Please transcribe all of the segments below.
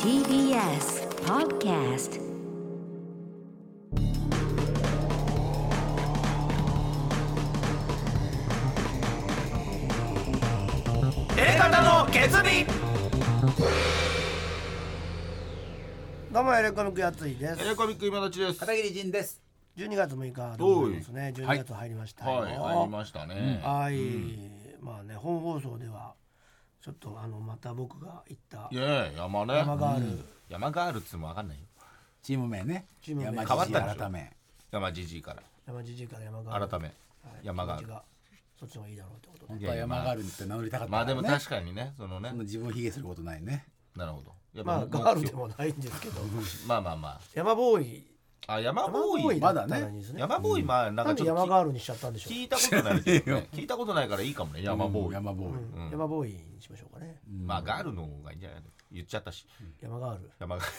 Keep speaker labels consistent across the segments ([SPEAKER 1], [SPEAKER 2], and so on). [SPEAKER 1] TBS Podcast
[SPEAKER 2] どうもエレコミックやついです
[SPEAKER 3] エレコミック今立ちです。
[SPEAKER 4] 片桐仁です。
[SPEAKER 2] 12月6日でございますね
[SPEAKER 3] は
[SPEAKER 2] 12
[SPEAKER 3] い
[SPEAKER 2] 月入りましたよ
[SPEAKER 3] はい、入りましたね。
[SPEAKER 2] はいまあね本放送ではちょっとあのまた僕が行った
[SPEAKER 3] いや、山ね。
[SPEAKER 2] 山ガール
[SPEAKER 3] うん山ガールっつうのもわかんないよ。
[SPEAKER 4] チーム名ね。
[SPEAKER 2] チーム名
[SPEAKER 4] 山
[SPEAKER 3] 変わっ
[SPEAKER 4] 地
[SPEAKER 3] たでしょ
[SPEAKER 4] 改め。
[SPEAKER 3] 山じじいか
[SPEAKER 2] 山じじいから山ガー
[SPEAKER 3] ら。
[SPEAKER 2] ル
[SPEAKER 3] 改め。山ガー
[SPEAKER 2] 気
[SPEAKER 3] ル
[SPEAKER 2] 持ち。そっちの方がいいだろうってことで
[SPEAKER 4] 本
[SPEAKER 3] い
[SPEAKER 4] 当
[SPEAKER 3] や
[SPEAKER 4] はい
[SPEAKER 3] や
[SPEAKER 4] 山ガールって名乗りたかった
[SPEAKER 3] まあでも
[SPEAKER 4] からね
[SPEAKER 3] 確かにね、そのね
[SPEAKER 4] そんな。自分を卑下することないね。
[SPEAKER 3] なるほど。やっ
[SPEAKER 2] ま
[SPEAKER 3] ぱ
[SPEAKER 2] あガールで。もないんですけど
[SPEAKER 3] まあまあま
[SPEAKER 2] 山ボーイ
[SPEAKER 3] あ。あ、山
[SPEAKER 2] 山
[SPEAKER 3] ボ
[SPEAKER 2] ボー
[SPEAKER 3] ー
[SPEAKER 2] イ
[SPEAKER 3] イ。
[SPEAKER 4] ま
[SPEAKER 2] だった
[SPEAKER 4] だね
[SPEAKER 2] らいいですね
[SPEAKER 3] 山ボーイ、まあなん
[SPEAKER 2] な
[SPEAKER 3] か
[SPEAKER 2] ん
[SPEAKER 3] ち
[SPEAKER 2] で
[SPEAKER 3] ょっ
[SPEAKER 2] 山
[SPEAKER 3] と
[SPEAKER 2] ガールにしちゃったんでしょ
[SPEAKER 3] 聞いたことないけど ね。聞いたことないからいいかもね、山ボ
[SPEAKER 4] うん
[SPEAKER 3] ーイ。
[SPEAKER 4] 山ボーイ。
[SPEAKER 2] ううん山ボーイにしましょうかね
[SPEAKER 3] まあガールの方がいいんじゃないの言っちゃったし。
[SPEAKER 2] 山ガール
[SPEAKER 3] 山ガール。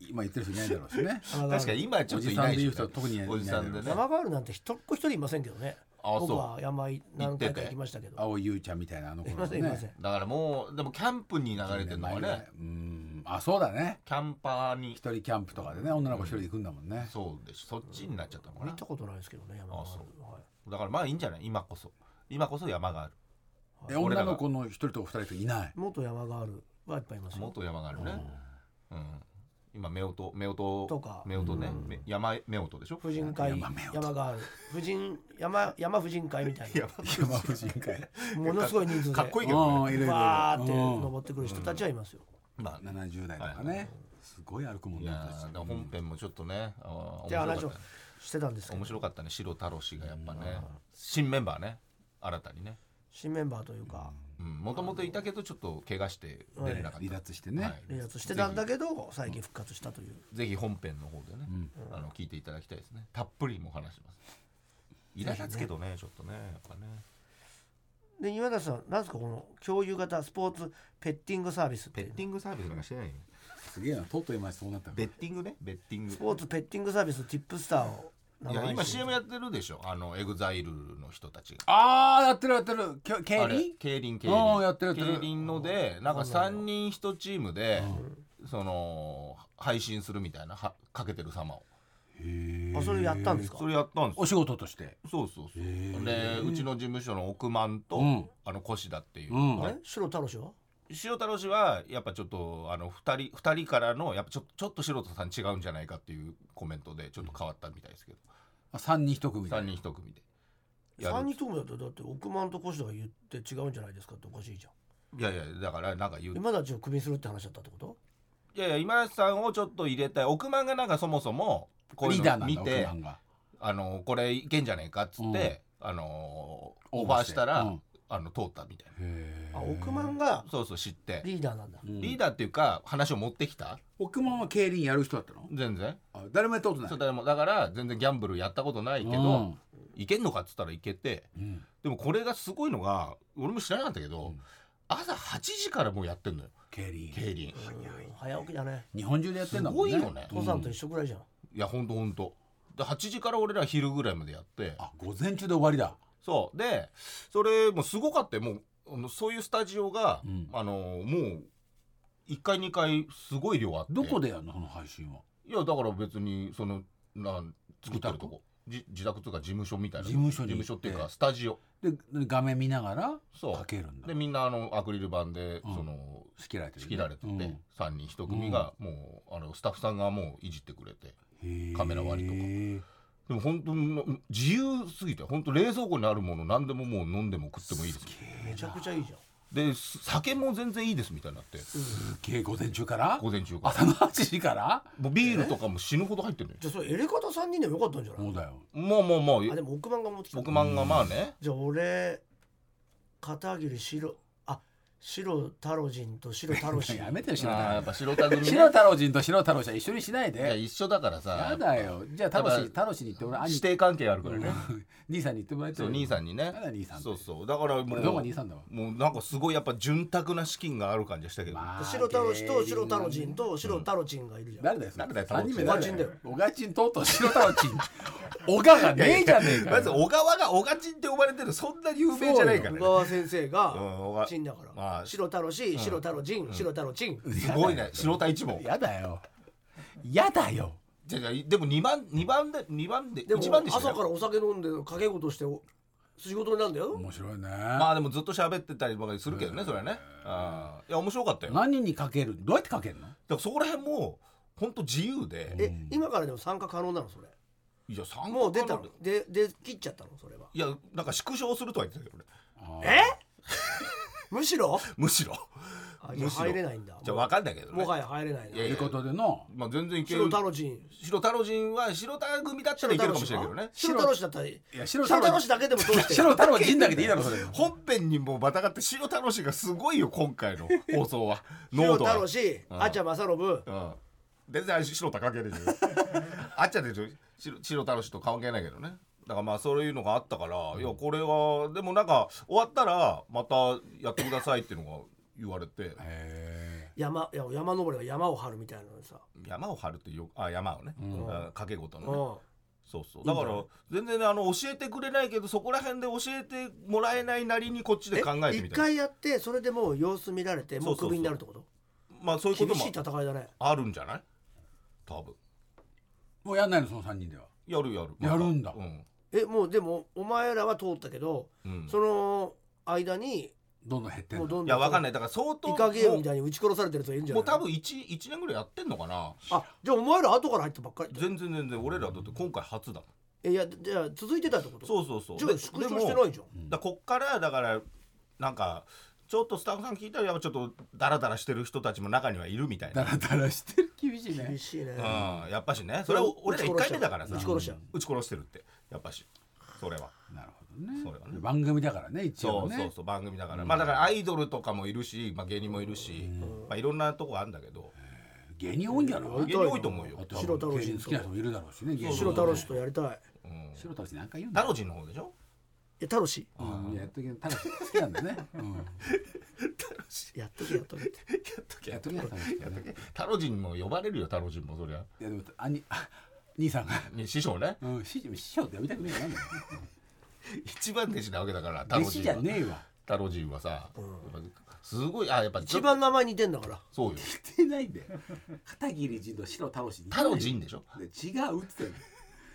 [SPEAKER 4] 今言ってる人いないだろうしね。
[SPEAKER 2] 山ガール
[SPEAKER 3] 確かに今ちょっといないし
[SPEAKER 4] お
[SPEAKER 3] ね
[SPEAKER 4] じさんで言う人は特にいない
[SPEAKER 3] おじさんでね。
[SPEAKER 2] 山ガールなんて一っ子一人いませんけどね
[SPEAKER 3] あそう
[SPEAKER 2] 僕は山い何回か行きましたけど
[SPEAKER 4] 青いゆうちゃんみたいなあの
[SPEAKER 2] い
[SPEAKER 4] 頃
[SPEAKER 2] ま
[SPEAKER 4] の
[SPEAKER 2] せんいません
[SPEAKER 4] ね。
[SPEAKER 3] だからもう、でもキャンプに流れてるのは
[SPEAKER 4] 前ぐらい
[SPEAKER 3] ね、
[SPEAKER 4] うん。あそうだね。
[SPEAKER 3] キャンパーに
[SPEAKER 4] 一人キャンプとかでね女の子一人で行くんだもんね。
[SPEAKER 3] そうでしそっちになっちゃったのか
[SPEAKER 2] 見
[SPEAKER 3] な
[SPEAKER 2] たことないですけどね山ガール
[SPEAKER 3] あ
[SPEAKER 2] はい
[SPEAKER 3] だからまあいいんじゃない今こそ今こそ山がある
[SPEAKER 4] え
[SPEAKER 3] 俺ら
[SPEAKER 4] 女
[SPEAKER 3] が
[SPEAKER 4] の子の一人とか二人とかいない。
[SPEAKER 2] 元山ガールはいっぱいいますよ
[SPEAKER 3] 元山があるねうん、今夫婦夫婦
[SPEAKER 2] とか
[SPEAKER 3] 夫婦ね、め山夫婦でしょ
[SPEAKER 2] 婦人会
[SPEAKER 4] 山目を
[SPEAKER 2] 山ガール婦人山山婦人会みたいな
[SPEAKER 4] 山婦人 会。
[SPEAKER 2] ものすごい人数で
[SPEAKER 3] かっこいいけど
[SPEAKER 4] う
[SPEAKER 3] ね
[SPEAKER 4] んいろいろ。
[SPEAKER 2] わーって
[SPEAKER 4] うん
[SPEAKER 2] 登ってくる人たちはいますよ
[SPEAKER 3] まあね
[SPEAKER 4] 70代とかね。すごい歩くもん
[SPEAKER 3] い
[SPEAKER 4] ね。
[SPEAKER 3] や
[SPEAKER 4] 私
[SPEAKER 3] ーだから本編もちょっとね、あー
[SPEAKER 2] じゃあ
[SPEAKER 3] 面
[SPEAKER 2] 話
[SPEAKER 3] 白
[SPEAKER 2] を
[SPEAKER 3] かったね
[SPEAKER 2] してたんですけど
[SPEAKER 3] 面白かったね白太郎氏がやっぱね、新メンバーね新たにね
[SPEAKER 2] 新メンバーというか
[SPEAKER 3] もともといたけどちょっと怪我して出れなかった、
[SPEAKER 4] 離脱してね。
[SPEAKER 3] はい
[SPEAKER 2] 離脱してたんだけど最近復活したという
[SPEAKER 3] ぜひ本編の方でね、あの聞いていただきたいですね。たっぷりも話します。イラ立つけどね、ちょっとね、やっぱね。
[SPEAKER 2] で今田さんなんですかこの共有型スポーツペッティングサービスって
[SPEAKER 3] ベッティングサービスなんかしてないよ。
[SPEAKER 4] すげえな。とうとう今そうなった。
[SPEAKER 3] ベッティングね、ベッティング。
[SPEAKER 2] スポーツペッティングサービスティップスターを
[SPEAKER 3] いや、今
[SPEAKER 2] 信
[SPEAKER 3] CM やってるでしょ。あの、エグザイルの人たちが。
[SPEAKER 4] ああやってるやってる。け
[SPEAKER 3] あ
[SPEAKER 4] 競
[SPEAKER 3] れ
[SPEAKER 4] 輪？
[SPEAKER 3] 競輪、競
[SPEAKER 4] あ
[SPEAKER 3] 輪。
[SPEAKER 4] ーやってるやってる
[SPEAKER 3] 競輪ので、なんか3人1チームで、その、配信するみたいな、はかけてる様を。
[SPEAKER 2] あそれやったんですか
[SPEAKER 3] それやったんですよ
[SPEAKER 4] お仕事として。
[SPEAKER 3] そうそうそう。で、うちの事務所の億万と、
[SPEAKER 4] ん
[SPEAKER 3] あの、越田っていう、
[SPEAKER 4] うん
[SPEAKER 2] あれ白太郎氏は
[SPEAKER 3] 塩太郎氏はやっぱちょっとあの2人二人からのやっぱちょっとちょっと素人さん違うんじゃないかっていうコメントでちょっと変わったみたいですけど、
[SPEAKER 4] あ三人一組で。
[SPEAKER 3] 三3人1組でやる
[SPEAKER 2] 3人ともだとだって億万と越田が言って違うんじゃないですかっておかしいじゃん
[SPEAKER 3] いやいやだからなんか言う
[SPEAKER 2] 今田ちをクビにするって話だったってこと
[SPEAKER 3] いやいや今田さんをちょっと入れたい億万がなんかそもそもこうい
[SPEAKER 4] リ
[SPEAKER 3] う
[SPEAKER 4] ーダーな
[SPEAKER 3] のを
[SPEAKER 4] ん
[SPEAKER 3] 見
[SPEAKER 4] だ
[SPEAKER 3] て
[SPEAKER 4] 奥さんが
[SPEAKER 3] あのこれいけんじゃねえかっつって、あのオファーしたら、
[SPEAKER 4] うん
[SPEAKER 3] あの通ったみたいな
[SPEAKER 2] あ億万が
[SPEAKER 3] そうそう知って
[SPEAKER 2] リーダーなんだ
[SPEAKER 3] リーダーっていうか話を持ってきた
[SPEAKER 4] 奥間は競輪やる人だったの？
[SPEAKER 3] 全然
[SPEAKER 4] あ誰もやったことない
[SPEAKER 3] そう。だもだから全然ギャンブルやったことないけど、
[SPEAKER 4] うん
[SPEAKER 3] いけんのかっつったらいけて、でもこれがすごいのが俺も知らなかったけど、朝8時からもうやってんのよ
[SPEAKER 4] 競輪。
[SPEAKER 3] 競輪い
[SPEAKER 2] うん早起きだね
[SPEAKER 4] 日本中でやってんだもんね。
[SPEAKER 3] すごいよね
[SPEAKER 2] 父さんと一緒ぐらいじゃん
[SPEAKER 3] やほんとほんとで8時から俺ら昼ぐらいまでやって
[SPEAKER 4] あ午前中で終わりだ。
[SPEAKER 3] そうでそれもうすごかったよもうあのそういうスタジオが、あのもう1階2階すごい量あって
[SPEAKER 4] どこでやるのその配信は？
[SPEAKER 3] いやだから別にそのなん作ってるとこ自自宅とか事務所みたいな
[SPEAKER 4] 事務所に行
[SPEAKER 3] 事
[SPEAKER 4] って
[SPEAKER 3] 務所っていうかスタジオ
[SPEAKER 4] で画面見ながら
[SPEAKER 3] そう
[SPEAKER 4] かけるんだ
[SPEAKER 3] で。みんなあのアクリル板で、その
[SPEAKER 4] 仕切られてる
[SPEAKER 3] 仕
[SPEAKER 4] ね。
[SPEAKER 3] 切られてて、
[SPEAKER 4] うん
[SPEAKER 3] 3人1組がもう、あのスタッフさんがもういじってくれてカメラ割りとか
[SPEAKER 4] へー
[SPEAKER 3] でも本当に自由すぎて本当冷蔵庫にあるもの何でももう飲んでも食ってもいいです
[SPEAKER 2] めちゃくちゃいいじゃん
[SPEAKER 3] です酒も全然いいですみたいになって
[SPEAKER 4] すげえ午前中から
[SPEAKER 3] 午前中から
[SPEAKER 4] 朝の8時から
[SPEAKER 3] もうビールとかも死ぬほど入ってるのよ
[SPEAKER 2] じゃあそれエレカタ3人でもよかったんじゃな
[SPEAKER 4] そう
[SPEAKER 2] い
[SPEAKER 4] だよ
[SPEAKER 3] まあまあま
[SPEAKER 2] あ
[SPEAKER 3] あ
[SPEAKER 2] でも億万が持ってきた
[SPEAKER 3] 僕漫画まあね
[SPEAKER 2] じゃあ俺片桐白あ白太郎人と白太郎氏
[SPEAKER 4] やめてよ白
[SPEAKER 3] あ ーや
[SPEAKER 4] 太
[SPEAKER 3] っ
[SPEAKER 4] 郎
[SPEAKER 3] ぱ白田組、ね、
[SPEAKER 4] 白太郎人と白太郎氏は一緒にしない
[SPEAKER 3] いや
[SPEAKER 4] で
[SPEAKER 3] 一緒だからさ
[SPEAKER 4] やだよじゃあ太郎
[SPEAKER 3] やっ
[SPEAKER 4] 氏
[SPEAKER 3] ぱ
[SPEAKER 4] 太郎氏に言って俺兄
[SPEAKER 3] 指定関係あるからね
[SPEAKER 4] 兄さんに言ってもらえて
[SPEAKER 3] そう兄さんにね
[SPEAKER 4] まだ兄さんって
[SPEAKER 3] そうそうだからもう
[SPEAKER 4] 俺どうも兄さんだわ
[SPEAKER 3] もうなんかすごいやっぱ潤沢な資金がある感じがしたけど、
[SPEAKER 2] 白太郎氏と白太郎人と白太郎人がいるじゃん
[SPEAKER 4] 誰だよそれ
[SPEAKER 3] 誰だよ
[SPEAKER 4] 三人目
[SPEAKER 3] 太
[SPEAKER 2] 郎
[SPEAKER 4] 誰
[SPEAKER 2] 氏
[SPEAKER 4] だよ小川ちんとうとう白太郎ちん 小川がねえじゃねえか
[SPEAKER 3] まず
[SPEAKER 4] よ
[SPEAKER 3] 小川が小川人って呼ばれてるそんなに有名じゃないから
[SPEAKER 2] 小
[SPEAKER 3] ね
[SPEAKER 2] 川先生が
[SPEAKER 3] うん小川
[SPEAKER 2] 人だから
[SPEAKER 3] あー
[SPEAKER 2] 白太郎氏、白太郎仁、白太郎陳。
[SPEAKER 3] すごいね白太一
[SPEAKER 4] や
[SPEAKER 3] 望
[SPEAKER 4] だよやだよやだよ
[SPEAKER 3] じゃあじゃあでも2番二番で二番で
[SPEAKER 2] でも
[SPEAKER 3] 一番でした
[SPEAKER 2] 朝から
[SPEAKER 3] よ
[SPEAKER 2] お酒飲んで掛け事してお仕事になるんだよ。
[SPEAKER 4] 面白いね、
[SPEAKER 3] まあでもずっと喋ってたりばかりするけどねそれはねあーいや面白かったよだか
[SPEAKER 4] 何にかけるどうやってかけるの
[SPEAKER 3] らそこら辺も本当自由で
[SPEAKER 2] え今からでも参加可能なのそれ。
[SPEAKER 3] いや参加
[SPEAKER 2] もう出た
[SPEAKER 3] か
[SPEAKER 2] の
[SPEAKER 3] な。
[SPEAKER 2] でで切っちゃったのそれは。
[SPEAKER 3] いやなんか縮小するとは言ってたけどね
[SPEAKER 2] え？ むしろ？
[SPEAKER 3] むしろ
[SPEAKER 2] あじゃ
[SPEAKER 3] む
[SPEAKER 2] あ
[SPEAKER 3] しろ
[SPEAKER 2] 入れないんだ。
[SPEAKER 3] じゃあ分かんないけどね
[SPEAKER 2] もはや入れない
[SPEAKER 3] いや
[SPEAKER 4] と
[SPEAKER 3] い
[SPEAKER 4] いう
[SPEAKER 2] な。
[SPEAKER 4] ことでの
[SPEAKER 3] まあ全然いけ
[SPEAKER 2] 白
[SPEAKER 3] る
[SPEAKER 2] 太郎仁。
[SPEAKER 3] 白太郎人は白太組だったらいけるかもしれないけどね
[SPEAKER 2] 白太郎氏だったらいい。
[SPEAKER 4] いや白
[SPEAKER 2] 白
[SPEAKER 4] 太郎
[SPEAKER 2] 太郎氏だけでも通して。
[SPEAKER 4] 白太郎陣だけでいいだろそれ
[SPEAKER 3] 本編にもまたがって白太郎氏がすごいよ今回の放送は
[SPEAKER 2] 白
[SPEAKER 3] 濃度は
[SPEAKER 2] 太郎氏、
[SPEAKER 3] ん
[SPEAKER 2] あちゃまさのぶ。
[SPEAKER 3] うん全然あれ白高けでし ょあっちゃでしょ白白太郎氏と関係ないけどねだからまあそういうのがあったから、いやこれはでもなんか終わったらまたやってくださいっていうのが言われて
[SPEAKER 4] へ
[SPEAKER 2] 山いや山登りは山を張るみたいなのでさ。
[SPEAKER 3] 山を張るというあ山をね、うん掛け事のね、
[SPEAKER 2] うん。
[SPEAKER 3] そうそうだから全然ねあの教えてくれないけどそこら辺で教えてもらえないなりにこっちで考えて
[SPEAKER 2] 一
[SPEAKER 3] みたいな
[SPEAKER 2] 回やってそれでもう様子見られてもうクビになるってこと
[SPEAKER 3] まあそういうこと
[SPEAKER 2] 厳しい
[SPEAKER 3] も
[SPEAKER 2] 戦いだね
[SPEAKER 3] あるんじゃない多分
[SPEAKER 4] もうやんないのその三人では
[SPEAKER 3] やるやる
[SPEAKER 4] やるんだ
[SPEAKER 3] うん
[SPEAKER 2] えもうでもお前らは通ったけど、
[SPEAKER 3] うん
[SPEAKER 2] その間に
[SPEAKER 4] どんどん減ってん
[SPEAKER 2] も
[SPEAKER 4] の
[SPEAKER 2] うどんどん
[SPEAKER 3] いやわかんないいだから相当
[SPEAKER 2] イカゲームみた
[SPEAKER 3] も
[SPEAKER 2] いに打ち殺されてる人がいるん
[SPEAKER 3] う
[SPEAKER 2] じゃない
[SPEAKER 3] も
[SPEAKER 2] う
[SPEAKER 3] 多分 1, 一年ぐらいやってんのかな
[SPEAKER 2] あじゃあお前ら後から入ったばっかり
[SPEAKER 3] 全然全然俺らだって今回初だもん
[SPEAKER 2] えいやじゃあ続いてたってこと
[SPEAKER 3] そうそうそう
[SPEAKER 2] じゃあ縮小してないじゃん
[SPEAKER 3] ゃんだからこっからだからなんかちょっとスタッフさん聞いたらやっぱちょっとダラダラしてる人たちも中にはいる みたいな
[SPEAKER 4] だらだらしてる厳しいね
[SPEAKER 2] 厳しいね
[SPEAKER 3] うんやっぱしねそれを俺ら1回目だからさ
[SPEAKER 2] 打ち殺しちゃう
[SPEAKER 3] 打ち殺してるってやっぱしそれは
[SPEAKER 4] なるほどね
[SPEAKER 3] それはね
[SPEAKER 4] 番組だからね一
[SPEAKER 3] そ
[SPEAKER 4] 応
[SPEAKER 3] う
[SPEAKER 4] ね
[SPEAKER 3] そうそう番組だからまあだからアイドルとかもいるしまあ芸人もいるしまあいろんなとこあるんだけど
[SPEAKER 4] 芸人多いんじゃない
[SPEAKER 2] やりた
[SPEAKER 3] 芸人多いと思うよ
[SPEAKER 4] あと
[SPEAKER 2] 白太郎
[SPEAKER 4] 芸人好きな人もいるだろうしね芸人
[SPEAKER 2] 白太郎氏とやりたいいや
[SPEAKER 3] うん
[SPEAKER 4] 白太郎氏なんか言うんだ
[SPEAKER 3] タロジンの方でしょ
[SPEAKER 2] 太郎氏
[SPEAKER 4] うんいややっとけ太郎氏好きなんだね うん
[SPEAKER 2] やっとけやっとけって
[SPEAKER 3] やっとけ
[SPEAKER 4] やっとけやっとけ
[SPEAKER 3] やっとけタロジンも呼ばれるよタロジンもそりゃ
[SPEAKER 4] いやでも兄あ兄さんが
[SPEAKER 3] ね師匠ね
[SPEAKER 4] うん師匠師匠って呼びたくねえよなんだよ
[SPEAKER 3] 一番弟子なわけだからタ
[SPEAKER 4] 弟
[SPEAKER 3] ロ
[SPEAKER 4] 子
[SPEAKER 3] ジン
[SPEAKER 4] じゃ
[SPEAKER 3] は
[SPEAKER 4] ねえわ
[SPEAKER 3] タロジンはさやっぱすごいあやっぱ
[SPEAKER 2] 一番名前似てんだから
[SPEAKER 3] そうよ
[SPEAKER 4] 似てないんだよ片桐仁と白太郎氏似てな
[SPEAKER 3] タ
[SPEAKER 4] い
[SPEAKER 3] ロジンでしょ
[SPEAKER 4] で違うって言ってたの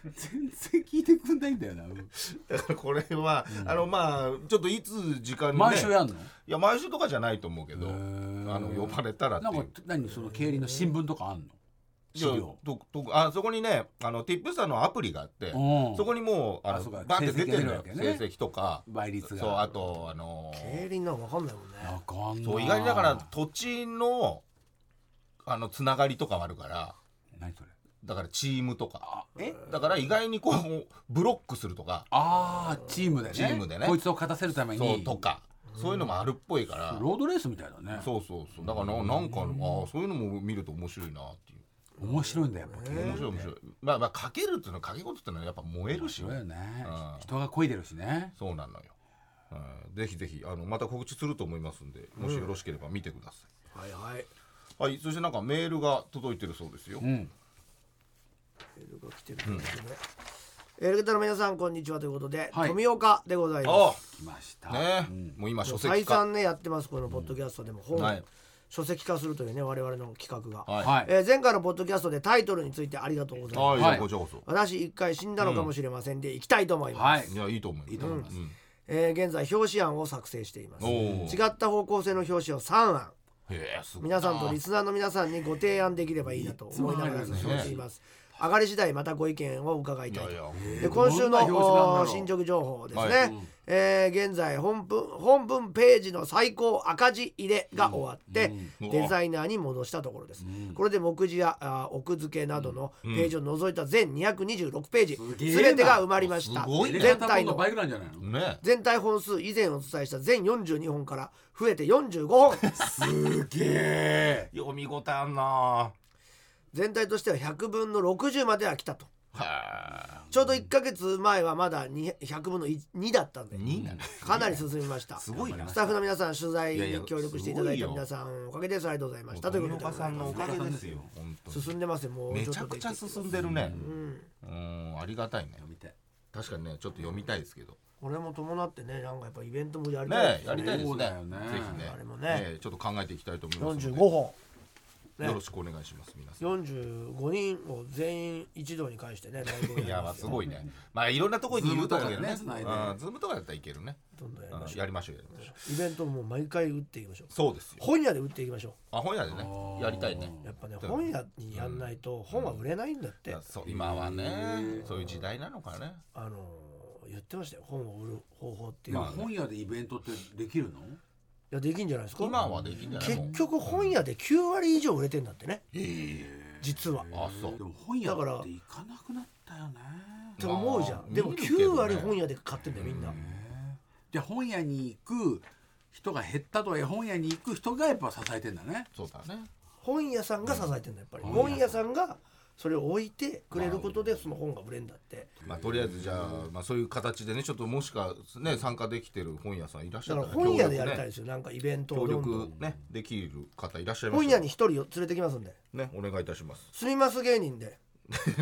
[SPEAKER 4] 全然聞いてくんないんだよなうん
[SPEAKER 3] だからこれはあのまあちょっといつ時間にね
[SPEAKER 4] 毎週やんの
[SPEAKER 3] いや毎週とかじゃないと思うけどあ
[SPEAKER 4] ー
[SPEAKER 3] の呼ばれたらって
[SPEAKER 4] ないんか
[SPEAKER 3] う
[SPEAKER 4] 何その経理の新聞とかあんの資
[SPEAKER 3] じゃあ
[SPEAKER 4] 料
[SPEAKER 3] ととあそこにねあのティップスターのアプリがあって
[SPEAKER 4] うん
[SPEAKER 3] そこにもうあ
[SPEAKER 4] あ
[SPEAKER 3] の
[SPEAKER 4] そうか
[SPEAKER 3] バーって出てるのよ
[SPEAKER 4] 成績が出るわけね
[SPEAKER 3] 成績とか
[SPEAKER 4] 倍率が
[SPEAKER 3] そうあとあの
[SPEAKER 2] 競輪なんかわかんないもんね
[SPEAKER 4] わかんない
[SPEAKER 3] そう意外にだから土地のあのつながりとかもあるから
[SPEAKER 4] 何それ
[SPEAKER 3] だからチームとか
[SPEAKER 4] あえ
[SPEAKER 3] だから意外にこうブロックするとか
[SPEAKER 4] あーチームでね
[SPEAKER 3] チームでね
[SPEAKER 4] こいつを勝たせるために
[SPEAKER 3] そうとかそういうのもあるっぽいから
[SPEAKER 4] ロードレースみたいだね
[SPEAKER 3] そうそうそうだからななんかあーそういうのも見ると面白いなっていう。
[SPEAKER 4] 面白いんだよやっぱ経理
[SPEAKER 3] 面白い面白いまあまあかけるっていうのはかけ事っていうのはやっぱ燃えるし
[SPEAKER 4] 面白いよね
[SPEAKER 3] うん
[SPEAKER 4] 人が漕いでるしね
[SPEAKER 3] そうなのよ、うん、ぜひぜひあのまた告知すると思いますんでもしよろしければ見てください、
[SPEAKER 2] はいはい
[SPEAKER 3] はいそしてなんかメールが届いてるそうですよ、
[SPEAKER 4] うん
[SPEAKER 2] メールが来てるんですね。エレクタの皆さんこんにちはということで、
[SPEAKER 4] はい
[SPEAKER 2] 富岡でございま
[SPEAKER 3] あ
[SPEAKER 4] 来ました
[SPEAKER 3] あねえ、
[SPEAKER 4] うん
[SPEAKER 3] もう今
[SPEAKER 2] す。
[SPEAKER 3] 書
[SPEAKER 2] もう
[SPEAKER 3] 籍
[SPEAKER 2] 再
[SPEAKER 3] 化
[SPEAKER 2] 三ねやってますこのポッドキャストでも本を、
[SPEAKER 3] はい
[SPEAKER 2] 書籍化するというね我々の企画が、
[SPEAKER 3] はい
[SPEAKER 4] は
[SPEAKER 2] え
[SPEAKER 4] い
[SPEAKER 2] ー前回のポッドキャストでタイトルについてありがとうございます。
[SPEAKER 3] はい、
[SPEAKER 4] はい
[SPEAKER 3] こちらこそ
[SPEAKER 2] 私一回死んだのかもしれませんで、行きたいと思います、
[SPEAKER 4] はい
[SPEAKER 3] いやいいと思います
[SPEAKER 4] いいと思います
[SPEAKER 3] うん
[SPEAKER 2] えー現在表紙案を作成しています
[SPEAKER 3] おー
[SPEAKER 2] 違った方向性の表紙を3案
[SPEAKER 3] へえすごい
[SPEAKER 2] 皆さんとリスナーの皆さんにご提案できればいいなと思いながら進めています上がり次第またご意見を伺い
[SPEAKER 3] い
[SPEAKER 2] たい
[SPEAKER 3] や
[SPEAKER 2] と
[SPEAKER 3] いや
[SPEAKER 2] で今週の
[SPEAKER 4] どんな表紙なんだろ
[SPEAKER 2] お
[SPEAKER 4] う
[SPEAKER 2] 進捗情報ですね、
[SPEAKER 3] はい
[SPEAKER 2] えー現在本文本文ページの最高赤字入れが終わって、
[SPEAKER 3] うん
[SPEAKER 2] デザイナーに戻したところです、これで目次やあー奥付けなどのページを除いた全226ページ、
[SPEAKER 4] げえな
[SPEAKER 2] 全てが埋まりました
[SPEAKER 3] すごいね
[SPEAKER 2] 全体の
[SPEAKER 4] バイクなんじゃないの
[SPEAKER 3] ね
[SPEAKER 2] 全体本数以前お伝えした全42本から増えて45本
[SPEAKER 4] すげえ
[SPEAKER 3] 読み応えあんな
[SPEAKER 2] 全体としては100分の60までは来たと
[SPEAKER 3] は
[SPEAKER 2] ちょうど1ヶ月前はまだ2 100分の2だったんで
[SPEAKER 3] い2なの
[SPEAKER 2] かなり進みました
[SPEAKER 3] すごいな
[SPEAKER 2] スタッフの皆さん取材
[SPEAKER 3] いやいや
[SPEAKER 2] に協力していただい
[SPEAKER 3] すご
[SPEAKER 2] た皆
[SPEAKER 3] いよ
[SPEAKER 2] さんおかげですありがとうございましたということ
[SPEAKER 3] 岡
[SPEAKER 2] で
[SPEAKER 3] さんのおかげですよ本当に
[SPEAKER 2] 進んでますよもう
[SPEAKER 3] め
[SPEAKER 2] ょっ
[SPEAKER 3] ちゃ
[SPEAKER 2] と
[SPEAKER 3] くちゃ
[SPEAKER 2] できて
[SPEAKER 3] 進んでるね
[SPEAKER 2] うん
[SPEAKER 3] うんありがたいね
[SPEAKER 4] 見て
[SPEAKER 3] 確かにねちょっと読みたいですけど
[SPEAKER 2] 俺も伴ってねなんかやっぱイベントもやりたい
[SPEAKER 3] ね
[SPEAKER 2] です
[SPEAKER 3] えやりたいです
[SPEAKER 4] そう
[SPEAKER 3] ね
[SPEAKER 4] だよね
[SPEAKER 3] ぜひね
[SPEAKER 2] あれもね
[SPEAKER 3] ええちょっと考えていきたいと思います
[SPEAKER 2] 45
[SPEAKER 3] の
[SPEAKER 2] 本
[SPEAKER 3] で
[SPEAKER 2] ね
[SPEAKER 3] よろしくお願いします皆さん
[SPEAKER 2] 45人を全員一堂に会してねライブを
[SPEAKER 3] いやまあすご
[SPEAKER 2] い
[SPEAKER 3] いねまあいろんなとこにいると思うけどね
[SPEAKER 4] ズームとかでね繋いで
[SPEAKER 3] うんズームとかだったらいけるね
[SPEAKER 2] どんどんやり
[SPEAKER 3] うん
[SPEAKER 2] ましょ
[SPEAKER 3] やりましょうやりましょう
[SPEAKER 2] うイベントも毎回打っていきましょう
[SPEAKER 3] そうですよ
[SPEAKER 2] 本屋で打っていきましょ
[SPEAKER 3] あ本屋でねやりたいね
[SPEAKER 2] うやっぱね
[SPEAKER 3] うん
[SPEAKER 2] 本屋にやんないと本は売れないんだって、
[SPEAKER 3] そう今はねそういう時代なのかね
[SPEAKER 2] あのー言ってましたよ本を売る方法っていう
[SPEAKER 4] ま
[SPEAKER 2] の
[SPEAKER 4] あ
[SPEAKER 2] は、い
[SPEAKER 4] 本屋でイベントってできるの
[SPEAKER 2] やできんじゃないですか
[SPEAKER 3] 今はできんじゃないも
[SPEAKER 2] 結
[SPEAKER 3] う
[SPEAKER 2] 局本屋で9割以上売れてんだってね実は
[SPEAKER 3] あそう
[SPEAKER 4] でも本屋
[SPEAKER 2] だから
[SPEAKER 4] って行かなくなったよね
[SPEAKER 2] って思うじゃ
[SPEAKER 3] ま
[SPEAKER 2] ん
[SPEAKER 3] あ
[SPEAKER 2] でも
[SPEAKER 3] 見るけど
[SPEAKER 2] 9
[SPEAKER 3] ね
[SPEAKER 2] 割本屋で買ってんだよみんな
[SPEAKER 4] じゃあ本屋に行く人が減ったとはいえ本屋に行く人がやっぱ支えてんだね
[SPEAKER 3] そうだね
[SPEAKER 2] 本屋さんが支えてんだやっぱり本屋さんがそれを置いてくれることでその本が売れんだって
[SPEAKER 3] まあとりあえずじゃあまあそういう形でねちょっともしかね参加できてる本屋さんいらっしゃ
[SPEAKER 2] だ
[SPEAKER 3] っ
[SPEAKER 2] か
[SPEAKER 3] た
[SPEAKER 2] ら
[SPEAKER 3] ら
[SPEAKER 2] 本屋でやりたい
[SPEAKER 3] ね
[SPEAKER 2] ですよなんかイベント
[SPEAKER 3] 協
[SPEAKER 2] をどんどん
[SPEAKER 3] 力ねできる方いらっしゃいま
[SPEAKER 2] 本
[SPEAKER 3] した
[SPEAKER 2] 屋
[SPEAKER 3] ら
[SPEAKER 2] に1人を連れてきますんで
[SPEAKER 3] ねお願いいたし ます
[SPEAKER 2] すみます芸人で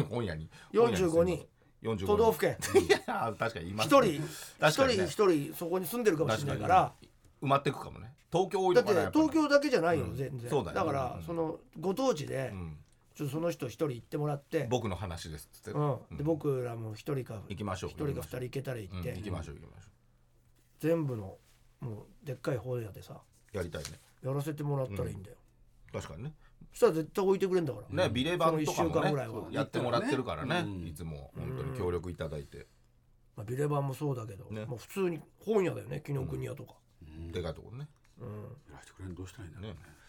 [SPEAKER 3] 本屋に
[SPEAKER 2] 45人
[SPEAKER 3] 45人
[SPEAKER 2] 都道府県
[SPEAKER 3] いや確かにいま
[SPEAKER 2] 1
[SPEAKER 3] す
[SPEAKER 2] 人
[SPEAKER 3] ね
[SPEAKER 2] 1
[SPEAKER 3] 確かに
[SPEAKER 2] 人
[SPEAKER 3] ね
[SPEAKER 2] 1人そこに住んでるかもしれないから
[SPEAKER 3] 埋まっていくかもね東京多い
[SPEAKER 2] だ
[SPEAKER 3] の
[SPEAKER 2] っ
[SPEAKER 3] か
[SPEAKER 2] て
[SPEAKER 3] な
[SPEAKER 2] ね
[SPEAKER 3] やっぱね
[SPEAKER 2] 東京だけじゃないよ
[SPEAKER 3] うん
[SPEAKER 2] 全然
[SPEAKER 3] そうだよ
[SPEAKER 2] だから
[SPEAKER 3] うん
[SPEAKER 2] そのご当地で
[SPEAKER 3] うん
[SPEAKER 2] ちょっとその人1人行ってもらって
[SPEAKER 3] 僕の話ですっつって
[SPEAKER 2] うん、で僕らも1人か
[SPEAKER 3] 行きましょう
[SPEAKER 2] 1人か2人行けたら行
[SPEAKER 3] う
[SPEAKER 2] っ
[SPEAKER 3] ん
[SPEAKER 2] て
[SPEAKER 3] 行きましょう行きましょ
[SPEAKER 2] 全部のもうでっかい本屋でさ
[SPEAKER 3] うやりたいね
[SPEAKER 2] やらせてもらったらいいんだよ、
[SPEAKER 3] 確かにね
[SPEAKER 2] そしたら絶対置いてくれんだから、
[SPEAKER 3] ねビレバンとか
[SPEAKER 2] そ
[SPEAKER 3] も
[SPEAKER 2] の一週間
[SPEAKER 3] ね
[SPEAKER 2] ぐらいは
[SPEAKER 3] やってもらってるからね
[SPEAKER 4] うん
[SPEAKER 3] いつも本当に協力いただいて
[SPEAKER 2] まあ、ビレバンもそうだけど、
[SPEAKER 3] ね
[SPEAKER 2] もう普通に本屋だよね紀ノ国屋とか、
[SPEAKER 3] でかいとこね
[SPEAKER 4] やらしてくれんどうしたらいいんだろうね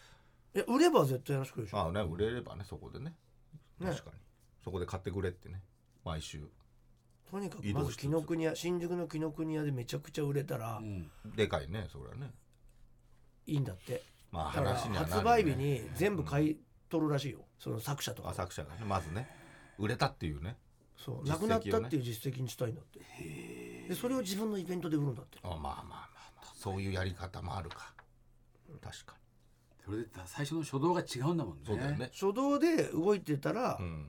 [SPEAKER 2] いや売れば絶対やらしてくれるでしょ、
[SPEAKER 3] まあね売れればねそこでね
[SPEAKER 2] ね
[SPEAKER 3] 確かにそこで買ってくれってね毎週
[SPEAKER 2] とにかく
[SPEAKER 3] 移
[SPEAKER 2] ま
[SPEAKER 3] 動
[SPEAKER 2] ず
[SPEAKER 3] しつつ
[SPEAKER 2] 紀ノ国屋新宿の紀ノ国屋でめちゃくちゃ売れたら
[SPEAKER 4] うん
[SPEAKER 3] でかいねそれはね
[SPEAKER 2] いいんだって、
[SPEAKER 3] まあ
[SPEAKER 2] だから
[SPEAKER 3] 話にはなるよ
[SPEAKER 2] 発
[SPEAKER 3] ね
[SPEAKER 2] 売日に全部買い取るらしいよその作者と
[SPEAKER 3] あ
[SPEAKER 2] か
[SPEAKER 3] 作者がねまずね売れたっていうね
[SPEAKER 2] そう
[SPEAKER 3] 実績
[SPEAKER 2] な
[SPEAKER 3] を
[SPEAKER 2] く
[SPEAKER 3] ね
[SPEAKER 2] なったっていう実績にしたいんだって、でそれを自分のイベントで売るんだって
[SPEAKER 3] あまあまあまあまあそういうやり方もあるか確か
[SPEAKER 4] それで最初の初動が違うんだもんね
[SPEAKER 3] にそうだよね
[SPEAKER 2] 初動で動いてたら、
[SPEAKER 3] うん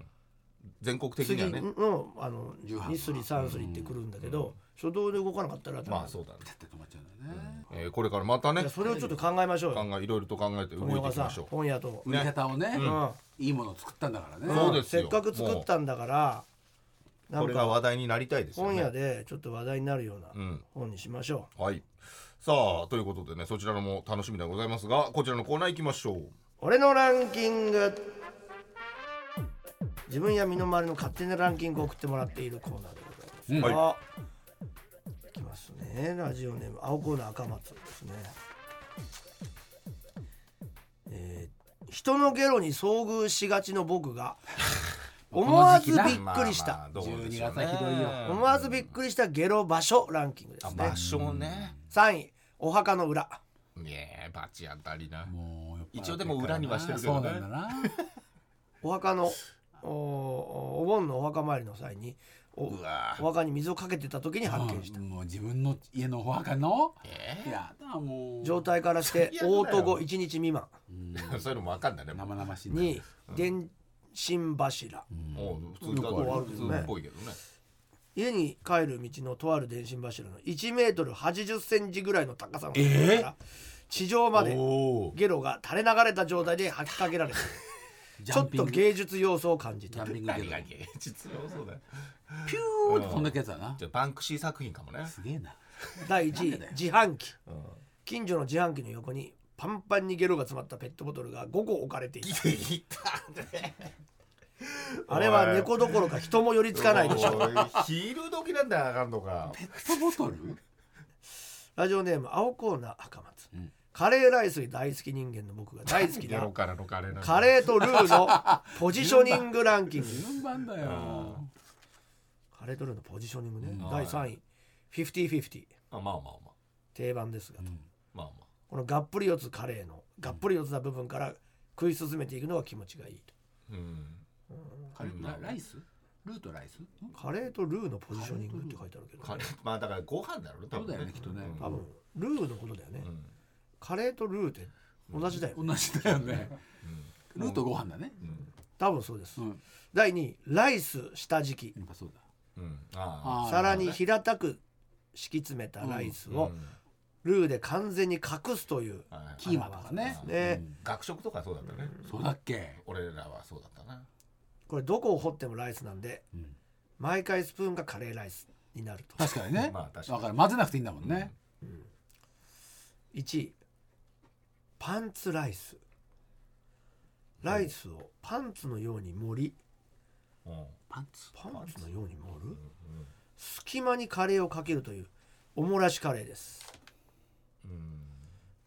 [SPEAKER 3] 全国的に
[SPEAKER 2] 次
[SPEAKER 3] は
[SPEAKER 2] の、
[SPEAKER 3] ね
[SPEAKER 2] あの
[SPEAKER 4] 重版
[SPEAKER 2] 2すり3すりってくるんだけど、初動で動かなかったら
[SPEAKER 3] まあそうだね
[SPEAKER 4] ピタッて止まっちゃうんだよね、
[SPEAKER 3] えーこれからまた
[SPEAKER 2] い
[SPEAKER 3] ね
[SPEAKER 2] やそれをちょっと考えましょう
[SPEAKER 3] 考
[SPEAKER 2] よ
[SPEAKER 3] えいろいろと考えて動
[SPEAKER 2] 富
[SPEAKER 3] いてい
[SPEAKER 2] 岡
[SPEAKER 3] き
[SPEAKER 2] さん
[SPEAKER 3] ましょう
[SPEAKER 2] 本屋と、
[SPEAKER 4] 売り方をね、
[SPEAKER 2] うん
[SPEAKER 4] いいものを作ったんだからね、
[SPEAKER 3] そうですよ
[SPEAKER 2] せっかく作ったんだからな
[SPEAKER 3] こ
[SPEAKER 2] ん
[SPEAKER 3] れが
[SPEAKER 2] か
[SPEAKER 3] 話題になりたいですよ
[SPEAKER 2] 本
[SPEAKER 3] ね
[SPEAKER 2] 屋でちょっと話題になるような
[SPEAKER 3] うん
[SPEAKER 2] 本にしましょ
[SPEAKER 3] はいさあということでねそちらのも楽しみでございますがこちらのコーナー行きましょう
[SPEAKER 2] う、俺のランキング自分や身の回りの勝手なランキングを送ってもらっているコーナーでございます、
[SPEAKER 3] うん
[SPEAKER 2] い、きますねラジオネーム青コーナー赤松ですねえー人のゲロに遭遇しがちの僕 が思わずびっくりした、
[SPEAKER 3] まあまあどうでしょうね
[SPEAKER 4] 12月はひどいよ
[SPEAKER 2] 思わずびっくりしたゲロ場所ランキングで
[SPEAKER 3] あ
[SPEAKER 2] すね
[SPEAKER 3] 場所ね
[SPEAKER 2] 3位お墓の裏
[SPEAKER 3] いやバチ当たりな
[SPEAKER 4] もうやっぱ
[SPEAKER 3] 一応でも裏にはしてるけどね
[SPEAKER 4] そうなんだな
[SPEAKER 2] お墓のおおお盆のお墓参りの際にお
[SPEAKER 3] うわ
[SPEAKER 2] お墓に水をかけてた時に発見した
[SPEAKER 4] もう自分の家のお墓の、
[SPEAKER 3] え
[SPEAKER 4] いやだもう
[SPEAKER 2] 状態からして
[SPEAKER 3] 最悪だよ
[SPEAKER 2] 大戸後1日未満
[SPEAKER 3] ーそういうのもわかんないね
[SPEAKER 4] 生々しいな
[SPEAKER 2] に電信柱
[SPEAKER 3] もう普通だ
[SPEAKER 4] よくあ
[SPEAKER 2] るけど
[SPEAKER 3] 普
[SPEAKER 2] ね
[SPEAKER 3] 通っぽいけどね
[SPEAKER 2] 家に帰る道のとある電信柱の1メートル8 0センチぐらいの高さのところから地上まで
[SPEAKER 3] おー
[SPEAKER 2] ゲロが垂れ流れた状態で吐きかけられた
[SPEAKER 4] ジ
[SPEAKER 2] ちょ
[SPEAKER 4] ャ
[SPEAKER 2] っ
[SPEAKER 4] ンピン
[SPEAKER 2] と
[SPEAKER 4] グ
[SPEAKER 2] 芸術要素を感じ
[SPEAKER 4] ジ
[SPEAKER 2] た
[SPEAKER 4] ャンピング
[SPEAKER 3] 何
[SPEAKER 4] ゲ
[SPEAKER 3] が
[SPEAKER 4] ーム
[SPEAKER 3] 芸術用そうだよ
[SPEAKER 4] ピューって飛んでくやつだな
[SPEAKER 3] じゃあバンクシー作品かも ね
[SPEAKER 4] すげえな
[SPEAKER 2] 第1
[SPEAKER 4] なん
[SPEAKER 2] 位
[SPEAKER 4] でだよ
[SPEAKER 2] 自販機、近所の自販機の横にパンパンにゲロが詰まったペットボトルが5個置か れていた
[SPEAKER 3] いたね
[SPEAKER 2] あれは猫どころか人も寄りつかないでしょう
[SPEAKER 3] ヒール時なんだよあかんのか
[SPEAKER 4] ペットボトル
[SPEAKER 2] ラジオネーム青コーナー赤松、カレーライス大好き人間の僕が大好き
[SPEAKER 3] ゲ
[SPEAKER 2] な
[SPEAKER 3] ロからのカレーなんだ
[SPEAKER 2] カレーとルーの ポジショニングランキング
[SPEAKER 4] 順番だよ
[SPEAKER 2] カレーとルーのポジショニングね、
[SPEAKER 4] うん
[SPEAKER 2] 第3位50-50
[SPEAKER 3] あまあまあまあ
[SPEAKER 2] 定番ですがと、
[SPEAKER 3] まあま
[SPEAKER 2] このがっぷり四つカレーのがっぷり四つな部分から食い進めていくのが気持ちがいいと
[SPEAKER 3] あうん
[SPEAKER 4] カレーラライスルーとライス
[SPEAKER 2] カレーとルーのポジショニングって書いてあるけど
[SPEAKER 3] カレーまあだからご飯だろうね多
[SPEAKER 4] そう
[SPEAKER 3] 分
[SPEAKER 4] だよねきっとね
[SPEAKER 2] 多分ルーのことだよね、
[SPEAKER 3] ん
[SPEAKER 2] カレーとルーって同じだよ、ね
[SPEAKER 4] 同じだよねルーとご飯だね
[SPEAKER 2] 多分そうです、
[SPEAKER 4] うん
[SPEAKER 2] 第2位ライス下敷き
[SPEAKER 4] やっぱそうだ
[SPEAKER 3] うんあ
[SPEAKER 4] ー
[SPEAKER 2] さらに平たく敷き詰めたライスをルーで完全に隠すという
[SPEAKER 3] はい
[SPEAKER 4] キーマとかね
[SPEAKER 2] ね
[SPEAKER 3] 学食とかそうだったね
[SPEAKER 4] そうだっけ
[SPEAKER 3] 俺らはそうだったな
[SPEAKER 2] これどこを掘ってもライスなんで
[SPEAKER 4] ん
[SPEAKER 2] 毎回スプーンがカレーライスになると
[SPEAKER 4] 確かに ね、
[SPEAKER 3] まあ
[SPEAKER 4] だ
[SPEAKER 3] 確かに
[SPEAKER 4] から混ぜなくていいんだもんね、
[SPEAKER 2] 1位パンツライスライスをパンツのように盛り
[SPEAKER 3] うん
[SPEAKER 4] パンツ
[SPEAKER 2] パンツのように盛る隙間にカレーをかけるというおもらしカレーです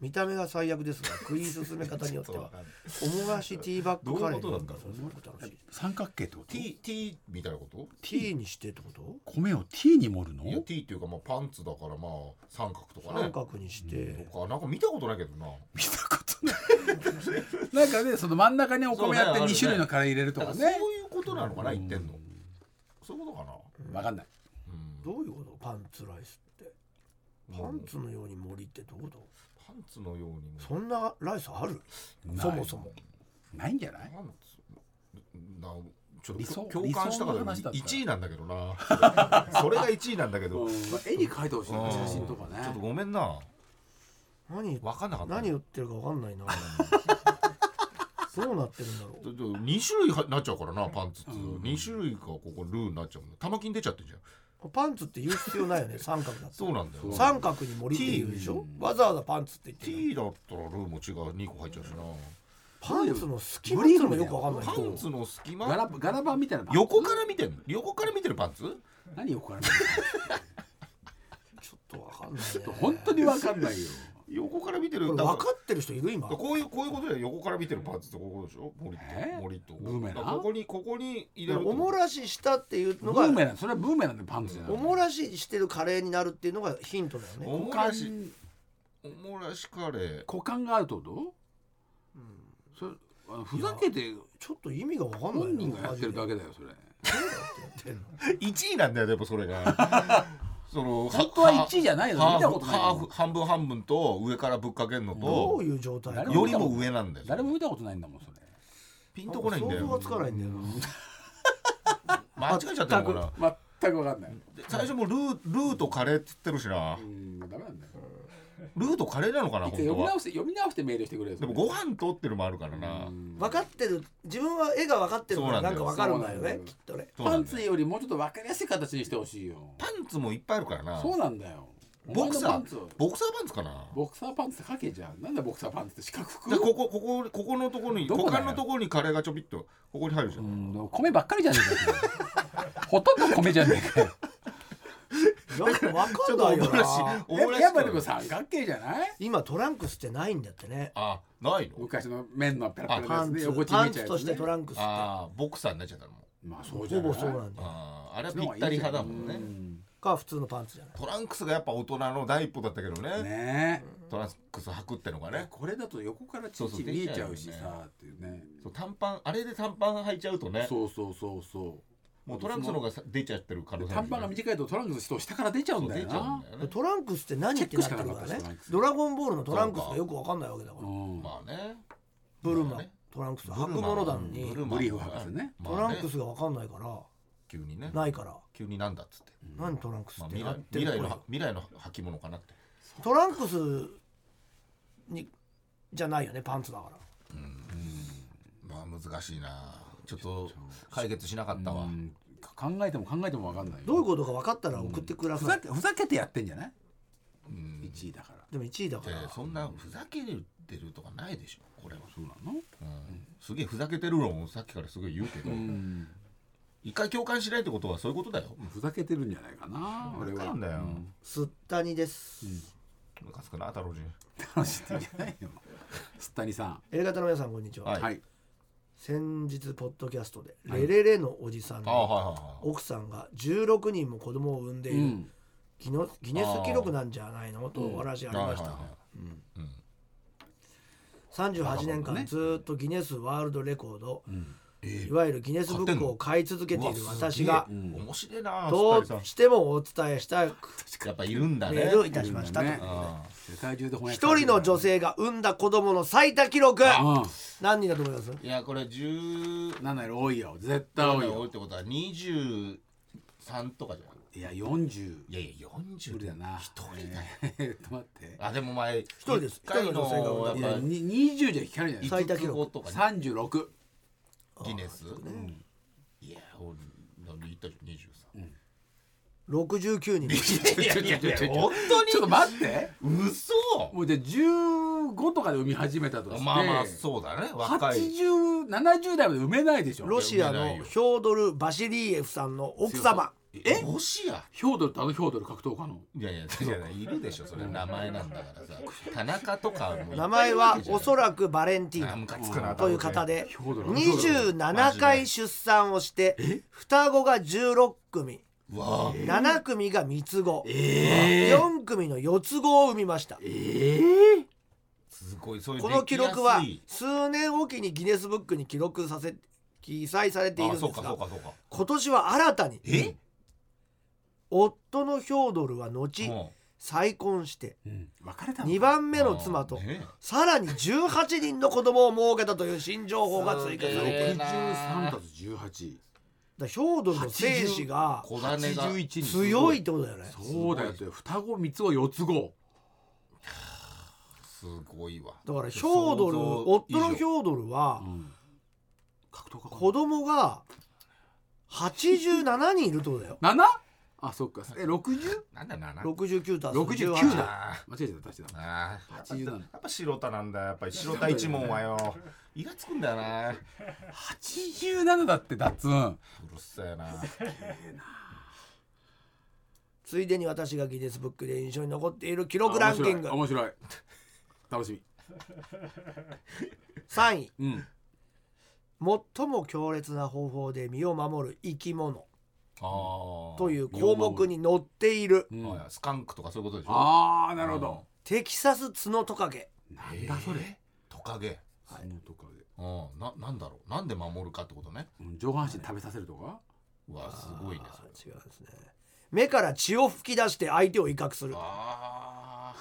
[SPEAKER 2] 見た目が最悪ですが食い進め方に よってはおもらしティーバッグカレー
[SPEAKER 3] どういうことなんだ
[SPEAKER 2] そういうことらしい
[SPEAKER 4] 三角形ってこと
[SPEAKER 3] T, T みたいなこと
[SPEAKER 2] ティーにしてってこと
[SPEAKER 4] 米を T に盛る
[SPEAKER 3] いや
[SPEAKER 4] の
[SPEAKER 3] T っていうかまあパンツだからまあ三角とかね
[SPEAKER 2] 三角にして
[SPEAKER 3] とかなんか見たことないけどな
[SPEAKER 4] 見たことない なんかねその真ん中にお米あって
[SPEAKER 3] そうね
[SPEAKER 4] 2種類のカレー入れると
[SPEAKER 3] だ
[SPEAKER 4] か
[SPEAKER 3] から
[SPEAKER 4] ね
[SPEAKER 3] そういうことなのかな言ってんのそういうことかな
[SPEAKER 4] わかんない
[SPEAKER 2] どういうことパンツライスってパンツのように盛りってどういうこと
[SPEAKER 3] パンツのようにも
[SPEAKER 2] そんなライスある
[SPEAKER 4] ない
[SPEAKER 2] そもそも
[SPEAKER 4] ないんじゃない
[SPEAKER 3] パンツなちょ
[SPEAKER 4] 理
[SPEAKER 3] っ
[SPEAKER 4] 想
[SPEAKER 3] と共感したか
[SPEAKER 4] 理想の
[SPEAKER 3] ら
[SPEAKER 4] 話だった
[SPEAKER 3] 1位なんだけどな それが1位なんだけど
[SPEAKER 4] 絵に描いてほしい
[SPEAKER 3] うん
[SPEAKER 4] な写真とかね
[SPEAKER 3] ちょっとごめんな
[SPEAKER 2] 何
[SPEAKER 3] 分かんなかった
[SPEAKER 2] 何売ってるかわかんないなどうなってるんだろう
[SPEAKER 3] 2種類はなっちゃうからなパンツって2種類かここルーになっちゃうもん玉金出ちゃってんじゃん
[SPEAKER 2] パンツって言う必要ないよね三角だって
[SPEAKER 3] そうなんだよ
[SPEAKER 2] 三角に森って言うでしょわざわざパンツって言ってる
[SPEAKER 3] T だったらルーも違う2個入っちゃうしな
[SPEAKER 2] パンツの隙間っていうのもよくわかんない
[SPEAKER 3] パンツの隙
[SPEAKER 4] ガラ
[SPEAKER 3] 間
[SPEAKER 4] ガラ版みたいなパンツ
[SPEAKER 3] 横から見てんの横から見てるパンツ
[SPEAKER 4] 何横から見てる
[SPEAKER 2] ちょっとわかんない
[SPEAKER 4] ちょっと
[SPEAKER 2] ね
[SPEAKER 4] 本当にわかんないよ
[SPEAKER 3] 横から見てる
[SPEAKER 2] これ
[SPEAKER 3] だ
[SPEAKER 2] 分
[SPEAKER 3] ら
[SPEAKER 2] かってる人いる今
[SPEAKER 3] こういうこういうことで横から見てるパンツってここでしょ森と
[SPEAKER 4] えー
[SPEAKER 3] 森と
[SPEAKER 4] ブーメラン
[SPEAKER 3] だからここにここに入れる
[SPEAKER 2] おもらししたっていう
[SPEAKER 4] ブ
[SPEAKER 2] の
[SPEAKER 4] ーメ
[SPEAKER 2] が
[SPEAKER 4] ランそれはブーメランのパンツじゃない
[SPEAKER 2] おもらししてるカレーになるっていうのがヒントだよね
[SPEAKER 3] おも
[SPEAKER 4] 股
[SPEAKER 3] らし
[SPEAKER 4] 間
[SPEAKER 3] おもらしカレー
[SPEAKER 4] 股間があるってこと、それあのふざけて
[SPEAKER 2] ちょっと意味が分かんないな
[SPEAKER 4] 本人がやってるだけだよそれ
[SPEAKER 3] 1位なんだよでもそれが その
[SPEAKER 4] 本当は1位じゃないの
[SPEAKER 3] ハ
[SPEAKER 4] 見た
[SPEAKER 3] ー
[SPEAKER 4] こ
[SPEAKER 3] フ
[SPEAKER 4] とない
[SPEAKER 3] ハ
[SPEAKER 4] も
[SPEAKER 3] ーフ
[SPEAKER 4] ん
[SPEAKER 3] 半分半分と上からぶっかけるの
[SPEAKER 2] ど
[SPEAKER 3] と
[SPEAKER 2] ういう状態なの
[SPEAKER 4] 誰
[SPEAKER 3] よりも上なんだよ
[SPEAKER 4] 誰も見たことないんだもんそれ
[SPEAKER 3] ピンとこないんだ
[SPEAKER 2] 想像が
[SPEAKER 3] よ
[SPEAKER 2] つかないんだよな
[SPEAKER 3] 間違えちゃってるのか
[SPEAKER 4] 全く全く分かんない
[SPEAKER 3] ら最初もルールーとカレーって言ってるしな
[SPEAKER 4] うんダメなんだよ
[SPEAKER 3] ルーとカレーなのかな
[SPEAKER 4] 一回
[SPEAKER 3] 本
[SPEAKER 4] 読み
[SPEAKER 3] 当は
[SPEAKER 4] 直して読み直してメールしてくれよそ
[SPEAKER 3] で
[SPEAKER 4] れ
[SPEAKER 3] もご飯とってるのもあるからな
[SPEAKER 2] 分かってる自分は絵が分かってるから
[SPEAKER 3] そうな
[SPEAKER 2] なんん
[SPEAKER 3] だ
[SPEAKER 2] か分
[SPEAKER 3] よ
[SPEAKER 2] かるんだよ
[SPEAKER 4] そう
[SPEAKER 2] ね
[SPEAKER 4] なんだ
[SPEAKER 2] き
[SPEAKER 4] よ
[SPEAKER 2] っとね
[SPEAKER 3] そうな
[SPEAKER 4] パ
[SPEAKER 3] ん
[SPEAKER 4] ン
[SPEAKER 3] だよ
[SPEAKER 4] ツよりもうちょっと分かりやすい形にしてほしいよ
[SPEAKER 3] パンツもいっぱいあるからな
[SPEAKER 4] そうなんだよ
[SPEAKER 3] ボクサ
[SPEAKER 4] お前のパンツ
[SPEAKER 3] ー
[SPEAKER 4] を
[SPEAKER 3] ボクサーパンツかな
[SPEAKER 4] ボクサーパンツって書けじゃんなんだボクサーパンツって四角く
[SPEAKER 3] でここここここのところに
[SPEAKER 4] どこ
[SPEAKER 3] 股
[SPEAKER 4] だよ
[SPEAKER 3] 間のところにカレーがちょびっとここに入るじゃん、
[SPEAKER 4] うん米ばっかりじゃねえ かよほとんど米じゃねえかよ
[SPEAKER 2] なんか分
[SPEAKER 3] ち
[SPEAKER 2] か
[SPEAKER 3] ょ
[SPEAKER 2] ん
[SPEAKER 3] っと
[SPEAKER 2] な
[SPEAKER 3] お
[SPEAKER 2] いよ
[SPEAKER 3] もらし
[SPEAKER 2] な
[SPEAKER 3] お
[SPEAKER 4] やっぱ
[SPEAKER 3] もらし
[SPEAKER 4] やっぱでも三角形じゃない
[SPEAKER 2] 今トランクスってないんだってね
[SPEAKER 3] あないの
[SPEAKER 4] 昔の麺のペラペラ
[SPEAKER 2] パ
[SPEAKER 4] です
[SPEAKER 2] ン
[SPEAKER 4] ね
[SPEAKER 2] ツ
[SPEAKER 4] 横ちぎ
[SPEAKER 2] パ
[SPEAKER 4] っ
[SPEAKER 2] ン
[SPEAKER 4] ちゃ
[SPEAKER 2] ツ
[SPEAKER 4] うや
[SPEAKER 2] と
[SPEAKER 4] つ
[SPEAKER 2] して
[SPEAKER 4] ね
[SPEAKER 2] トランクスって
[SPEAKER 3] ああボクサーになっちゃったのもん
[SPEAKER 4] まあそうじゃ
[SPEAKER 2] ほ
[SPEAKER 4] ない
[SPEAKER 2] ぼそうなんだよ
[SPEAKER 3] あーあれはぴったり派だもんね
[SPEAKER 2] か普通のパンツじゃない
[SPEAKER 3] トランクスがやっぱ大人の第一歩だったけどね
[SPEAKER 4] ね
[SPEAKER 3] トランクス履くってのが
[SPEAKER 4] え
[SPEAKER 3] ね
[SPEAKER 4] これだと横からち
[SPEAKER 3] そう
[SPEAKER 4] っ
[SPEAKER 3] そう
[SPEAKER 4] ち見えちゃうし
[SPEAKER 3] 出ちゃうよ
[SPEAKER 4] さっていうね
[SPEAKER 3] そう短パンあれで短パン履いちゃうとね
[SPEAKER 4] そうそうそうそ
[SPEAKER 3] もうトランクスの方がさ出ちゃってる可能
[SPEAKER 4] う
[SPEAKER 3] 性
[SPEAKER 4] 短パンが
[SPEAKER 3] 見
[SPEAKER 4] 短いとトランクスと下から出ちゃうんだ
[SPEAKER 3] 出
[SPEAKER 4] よ
[SPEAKER 3] ちゃうん
[SPEAKER 4] な
[SPEAKER 3] だよね
[SPEAKER 2] トランクスって何ってなってるから
[SPEAKER 4] チェックしかなかったですトラ
[SPEAKER 2] ね
[SPEAKER 4] ンクス
[SPEAKER 2] ドラゴンボールのトランクスがよく分かんないわけだか
[SPEAKER 4] う
[SPEAKER 2] ら
[SPEAKER 4] ん
[SPEAKER 3] まあね
[SPEAKER 2] ブル
[SPEAKER 3] まあ
[SPEAKER 2] マ
[SPEAKER 3] ね
[SPEAKER 2] トランクス履くものだのに
[SPEAKER 3] ブルマ
[SPEAKER 4] ブリーフ博士ね
[SPEAKER 3] まあ
[SPEAKER 2] トランクスが分かんないから
[SPEAKER 3] 急にね
[SPEAKER 2] ないから
[SPEAKER 3] 急になんだっつって、
[SPEAKER 2] 何トランクス
[SPEAKER 3] まあ、
[SPEAKER 2] って
[SPEAKER 3] 未
[SPEAKER 2] なっ
[SPEAKER 3] 来
[SPEAKER 2] て
[SPEAKER 3] 未
[SPEAKER 2] る
[SPEAKER 3] 来
[SPEAKER 2] これ
[SPEAKER 3] の未来の履物かなって
[SPEAKER 2] トランクスにじゃないよねパンツだから
[SPEAKER 3] まあ難しいなちょっと解決しなかったわ、
[SPEAKER 4] うん考えても考えても分かんないよ
[SPEAKER 2] どういうことか分かったら送ってくだ
[SPEAKER 4] ふ
[SPEAKER 2] さ
[SPEAKER 4] ざ
[SPEAKER 2] い
[SPEAKER 4] けふざけてやってんじゃない1位だから
[SPEAKER 2] でも1位だか
[SPEAKER 3] で
[SPEAKER 2] ら
[SPEAKER 3] そんなふざけてるとかないでしょこれは、
[SPEAKER 4] そうなの
[SPEAKER 3] うん、すげえふざけてる論をさっきからすごい言うけど、
[SPEAKER 4] うん
[SPEAKER 3] 一回共感しないってことはそういうことだよ
[SPEAKER 4] ふざけてるんじゃないかな俺
[SPEAKER 3] わか
[SPEAKER 4] は
[SPEAKER 3] んだよ
[SPEAKER 2] すったにです、
[SPEAKER 3] ムカつくな太郎人
[SPEAKER 4] 楽しいんじゃないよすったにさん
[SPEAKER 2] A 型の皆さんこんにちは、
[SPEAKER 3] はい
[SPEAKER 4] はい
[SPEAKER 2] 先日ポッドキャストで「レレレのおじさん
[SPEAKER 3] ああ
[SPEAKER 2] の
[SPEAKER 3] はいはいはい
[SPEAKER 2] 奥さんが16人も子供を産んでいる、
[SPEAKER 4] うん
[SPEAKER 2] ギノギネス記録なんじゃないの?」とお話ありましたね、
[SPEAKER 3] はいはいはい
[SPEAKER 2] 38年間ずっとギネスワールドレコード、いわゆるギネスブ
[SPEAKER 3] 買って
[SPEAKER 2] ッ
[SPEAKER 3] ん
[SPEAKER 2] ク
[SPEAKER 3] の
[SPEAKER 2] を買い続け
[SPEAKER 3] う
[SPEAKER 2] て
[SPEAKER 3] わ
[SPEAKER 2] いる
[SPEAKER 3] すげえ
[SPEAKER 2] 私が
[SPEAKER 3] うん面白いな
[SPEAKER 2] ど
[SPEAKER 3] 二
[SPEAKER 2] う
[SPEAKER 3] 人さ
[SPEAKER 2] してもお伝えしたく
[SPEAKER 3] んやっぱいるんだ
[SPEAKER 2] メ
[SPEAKER 3] ね
[SPEAKER 2] ールをいたしましたと
[SPEAKER 4] いるんだね
[SPEAKER 3] あ
[SPEAKER 4] 世界中で翻訳
[SPEAKER 2] 一人の女
[SPEAKER 4] 性
[SPEAKER 2] 性が産んだ子供の最多記録
[SPEAKER 4] う
[SPEAKER 2] 何人だと思います
[SPEAKER 3] あいやこれ10
[SPEAKER 4] んなんだより多いよ絶対多い
[SPEAKER 3] 多
[SPEAKER 4] よ
[SPEAKER 3] いってことは23とかじゃない
[SPEAKER 4] えいや40
[SPEAKER 3] いやいや
[SPEAKER 4] 無
[SPEAKER 3] 40
[SPEAKER 4] 理だな
[SPEAKER 3] 一人だよ
[SPEAKER 4] えーちょっと待って
[SPEAKER 3] あでも前一
[SPEAKER 2] 人です
[SPEAKER 3] 回
[SPEAKER 2] 一人の女性が
[SPEAKER 3] の
[SPEAKER 2] 多
[SPEAKER 4] い
[SPEAKER 3] やっ
[SPEAKER 4] や
[SPEAKER 3] ぱ
[SPEAKER 4] に20じゃ引かないじゃない
[SPEAKER 2] 最多記
[SPEAKER 3] 5
[SPEAKER 2] 録
[SPEAKER 3] とか
[SPEAKER 4] 36
[SPEAKER 3] ギネスいや俺なんで言ったじゃ
[SPEAKER 2] 69人です
[SPEAKER 3] ん23いやいやいや
[SPEAKER 4] ちょちょちょ
[SPEAKER 3] 本当に
[SPEAKER 4] ちょっと待って
[SPEAKER 3] 嘘
[SPEAKER 4] もうで15とかで産み始めたとして
[SPEAKER 3] まあまあそうだね若い
[SPEAKER 4] 8070代まで産めないでしょ
[SPEAKER 2] ロシアのヒョードル・バシリーエフさんの奥様
[SPEAKER 4] え
[SPEAKER 3] ロシア
[SPEAKER 4] ヒョードルとあのヒョードル格闘家の
[SPEAKER 3] いやいやいやいるでしょそれ名前なんだからさ田中とかも
[SPEAKER 2] 名前はおそ
[SPEAKER 3] ら
[SPEAKER 2] らくバレンティーナ
[SPEAKER 3] ムカつくな
[SPEAKER 2] という方で
[SPEAKER 4] ヒョードル
[SPEAKER 2] 27回出産をして双子が16組
[SPEAKER 3] うわ
[SPEAKER 2] 7組が三つ子
[SPEAKER 4] え
[SPEAKER 2] 4組の四つ子を産みました
[SPEAKER 4] えええ
[SPEAKER 3] すごいそういう
[SPEAKER 2] この記録は
[SPEAKER 3] できや
[SPEAKER 2] 数年おきにギネスブックに記録させ記載されているんです
[SPEAKER 3] すいあそうかそ
[SPEAKER 2] が
[SPEAKER 3] うかそうか
[SPEAKER 2] 今年は新たに
[SPEAKER 3] え
[SPEAKER 2] 夫のヒョードルは後
[SPEAKER 3] うん
[SPEAKER 2] 再婚して
[SPEAKER 4] うん別 れたの
[SPEAKER 2] 2番目の妻と
[SPEAKER 3] あーね
[SPEAKER 2] さらに18人の子供を設けたという新情報が追加されている
[SPEAKER 3] すげえ
[SPEAKER 2] だか
[SPEAKER 4] 63たす18
[SPEAKER 2] らヒョードルの精子が
[SPEAKER 3] 小金が
[SPEAKER 4] 81人
[SPEAKER 2] 強いってことだよね
[SPEAKER 4] そうだよって双子三つ子四つ子
[SPEAKER 3] すごいわ
[SPEAKER 2] だからヒョードル夫のヒョードルは
[SPEAKER 4] うん格闘家
[SPEAKER 2] 子供が87人いるってことだよ
[SPEAKER 4] 7? あそっかえ 60?
[SPEAKER 3] なんだよなな
[SPEAKER 2] 69たす
[SPEAKER 4] 69
[SPEAKER 2] 18
[SPEAKER 4] だ
[SPEAKER 3] あ
[SPEAKER 4] 間違えちゃった私だ
[SPEAKER 3] ーあ
[SPEAKER 4] 87
[SPEAKER 3] ーやっぱやっぱ白田なんだやっぱり白田一門はよイラつくんだよなう
[SPEAKER 4] 87だってダッツン
[SPEAKER 3] るさ いな
[SPEAKER 2] ついでに私がギネスブックで印象に残っている記録ランキング
[SPEAKER 4] あ面白い面白い楽し
[SPEAKER 2] 3位
[SPEAKER 4] みうん
[SPEAKER 2] 最も強烈な方法で身を守る生き物
[SPEAKER 3] あ
[SPEAKER 2] というう項目に載っている
[SPEAKER 4] うん
[SPEAKER 3] スカンクとかそういうことでしょ
[SPEAKER 4] ああなるほど
[SPEAKER 2] テキサスツノトカゲ
[SPEAKER 4] なんだそれ
[SPEAKER 3] えートカゲ
[SPEAKER 4] そのとかで
[SPEAKER 3] うんななんだろうなんで守るかってことね
[SPEAKER 4] うん上半身食べさせるとか
[SPEAKER 3] うわすごいねそれ
[SPEAKER 2] 違うんですね目から血を噴き出して相手を威嚇する
[SPEAKER 3] あ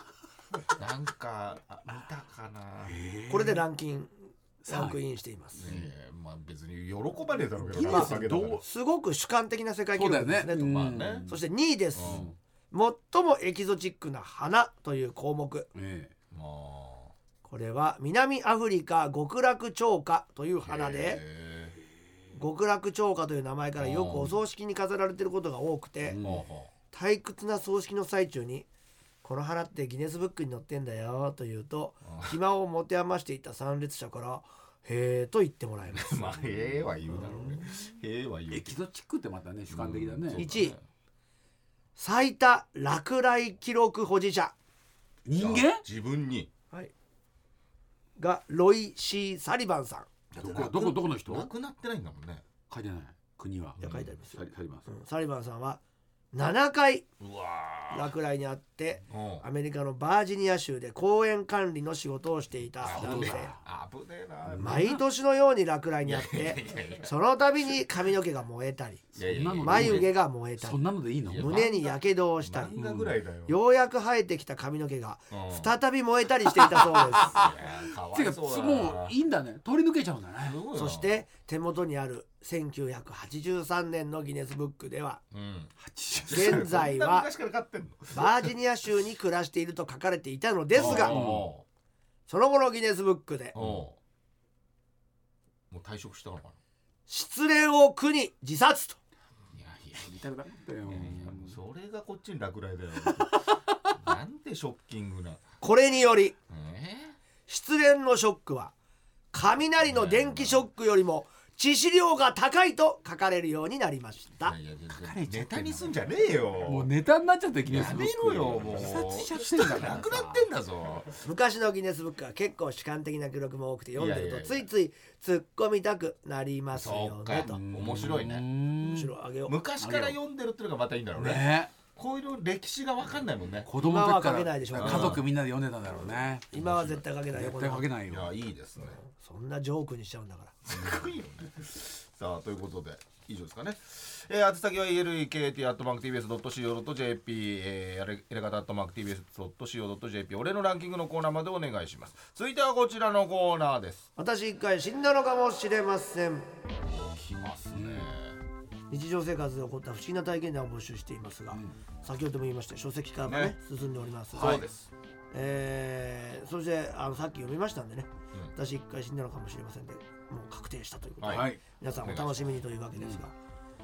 [SPEAKER 3] ーなんかあ見たかな
[SPEAKER 2] これでランキンランクインしています
[SPEAKER 3] えーまあ別に喜ばねえだろうけど
[SPEAKER 4] ギネス
[SPEAKER 3] トカゲだから
[SPEAKER 4] どう
[SPEAKER 2] すごく主観的な世界記録ですね
[SPEAKER 4] そうだよね
[SPEAKER 2] と
[SPEAKER 3] まあね
[SPEAKER 2] そして2位です
[SPEAKER 3] うん
[SPEAKER 2] 最もエキゾチックな花という項目
[SPEAKER 4] え
[SPEAKER 3] まあ
[SPEAKER 2] これは南アフリカ極楽鳥花という花で
[SPEAKER 3] へ
[SPEAKER 2] 極楽鳥花という名前からよく
[SPEAKER 3] うん
[SPEAKER 2] お葬式に飾られていることが多くて
[SPEAKER 4] え
[SPEAKER 3] ー
[SPEAKER 4] も
[SPEAKER 3] ほうほう
[SPEAKER 2] 退屈な葬式の最中に「この花ってギネスブックに載ってんだよ」と言うと暇を持て余していた参列者から「へえ」と言ってもらえます
[SPEAKER 3] まあ、へえは言うだろうね。へえは言
[SPEAKER 4] う
[SPEAKER 3] う。
[SPEAKER 4] エキゾチックってまたね主観的だ
[SPEAKER 3] うんそう
[SPEAKER 4] ね
[SPEAKER 2] 一位最多落雷記録保持者、
[SPEAKER 4] 人間
[SPEAKER 3] 自分に。
[SPEAKER 2] がロイ・シー・サリバンさん
[SPEAKER 4] どこどこどこの人
[SPEAKER 3] なくなってないんだもんね。
[SPEAKER 4] 書いてない国はい
[SPEAKER 2] や書いてありますよ
[SPEAKER 4] さりさります
[SPEAKER 2] うんサリバンさんは7回
[SPEAKER 3] うわ
[SPEAKER 2] 落雷にあって
[SPEAKER 3] ー。うん。
[SPEAKER 2] アメリカのバージニア州で公園管理の仕事をしていた
[SPEAKER 3] 危
[SPEAKER 2] 男
[SPEAKER 3] ね
[SPEAKER 2] 性
[SPEAKER 3] え。危ねえな。
[SPEAKER 2] 毎年のように落雷にあっ
[SPEAKER 3] いや
[SPEAKER 2] て
[SPEAKER 3] いやいや
[SPEAKER 2] その度に髪の毛が燃えたり
[SPEAKER 3] いやいやい
[SPEAKER 4] そん
[SPEAKER 3] や
[SPEAKER 4] なのない
[SPEAKER 2] 眉毛が燃えた
[SPEAKER 4] そ
[SPEAKER 2] り
[SPEAKER 4] んなのでいいの
[SPEAKER 3] いや
[SPEAKER 2] 胸にやけどをしたり
[SPEAKER 3] 漫画ぐらいだよ。
[SPEAKER 2] ようやく生えてきた髪の毛が
[SPEAKER 3] うん
[SPEAKER 2] 再び燃えたりしていたそうで
[SPEAKER 3] いやかわ
[SPEAKER 4] て
[SPEAKER 3] い
[SPEAKER 4] か
[SPEAKER 3] そうだな
[SPEAKER 4] もういいんだね通り抜けちゃうんだね
[SPEAKER 3] すごいな
[SPEAKER 2] すそし。て手元にある1983年のギネスブックでは
[SPEAKER 3] うん。
[SPEAKER 2] 現在
[SPEAKER 3] そんな
[SPEAKER 2] は
[SPEAKER 3] 昔から買ってんの。
[SPEAKER 2] バージニア州に暮らしていると書かれていたのですが
[SPEAKER 3] うん
[SPEAKER 2] その後のギネスブックで
[SPEAKER 3] うんもう退職したのか
[SPEAKER 2] 失恋を苦に自殺と
[SPEAKER 3] な。いやいや。
[SPEAKER 4] 見たくなかったよ
[SPEAKER 3] いやいやもうそれがこっちに落雷だよ。なんてショッキングな。
[SPEAKER 2] これにより
[SPEAKER 3] え
[SPEAKER 2] 失恋のショックは雷の電気ショックよりも致死量が高いと書かれるようになりまし
[SPEAKER 3] ー
[SPEAKER 2] た
[SPEAKER 3] いやいやいや
[SPEAKER 4] かれちゃっ
[SPEAKER 3] ネ
[SPEAKER 4] て
[SPEAKER 3] タ
[SPEAKER 4] んな
[SPEAKER 3] にすんじゃねえよ。
[SPEAKER 4] もうネタになっちゃってギネ
[SPEAKER 3] や
[SPEAKER 4] スブ
[SPEAKER 3] め
[SPEAKER 4] ッ
[SPEAKER 3] ろ
[SPEAKER 4] ク
[SPEAKER 3] よもう。
[SPEAKER 4] 自殺しちゃってんだから
[SPEAKER 3] なくなってんだぞ。
[SPEAKER 2] 昔のギネスブックは結構主観的な記録も多くて読んで
[SPEAKER 3] いや
[SPEAKER 2] る
[SPEAKER 3] い
[SPEAKER 2] と
[SPEAKER 3] や
[SPEAKER 2] つ
[SPEAKER 3] いや
[SPEAKER 2] いつい突っ込みたくなります
[SPEAKER 3] そ
[SPEAKER 2] よ
[SPEAKER 3] うか
[SPEAKER 2] ね。と
[SPEAKER 3] 面白いね。
[SPEAKER 4] ね
[SPEAKER 2] むしろあげよう
[SPEAKER 3] 昔から読んでるっていうのがまたいいんだろうね。
[SPEAKER 4] ね
[SPEAKER 3] こういうの歴史がわかんないもんね。
[SPEAKER 4] 子供の時か
[SPEAKER 2] 今は書け
[SPEAKER 4] ら
[SPEAKER 2] ないでしょうね
[SPEAKER 4] 家族みんなで読んでたんだろうね
[SPEAKER 2] 今は絶対書けないよ
[SPEAKER 4] 絶対書け
[SPEAKER 2] こんな
[SPEAKER 4] ない
[SPEAKER 3] い
[SPEAKER 4] よ
[SPEAKER 3] やいいですね。
[SPEAKER 2] そんなジョークにしちゃうんだから
[SPEAKER 3] すごいよね。さあということで以上ですかね。えー、宛先は elekt.tbs.co.jp、えー、やれやれ方 .tbs.co.jp 俺のランキングのコーナーまでお願いします。続いてはこちらのコーナーです。
[SPEAKER 2] 私一回死んだのかもしれません
[SPEAKER 3] きますね。
[SPEAKER 2] 日常生活で起こった不思議な体験談を募集していますが、先ほども言いました書籍化がね
[SPEAKER 3] ね
[SPEAKER 2] 進んでおります、
[SPEAKER 3] そうです。
[SPEAKER 2] えーそしてあのさっき読みましたんでね、
[SPEAKER 3] う
[SPEAKER 2] 私一回死んだのかもしれませんでもう確定したということで、
[SPEAKER 3] はい
[SPEAKER 2] 皆さんお楽しみにというわけですが、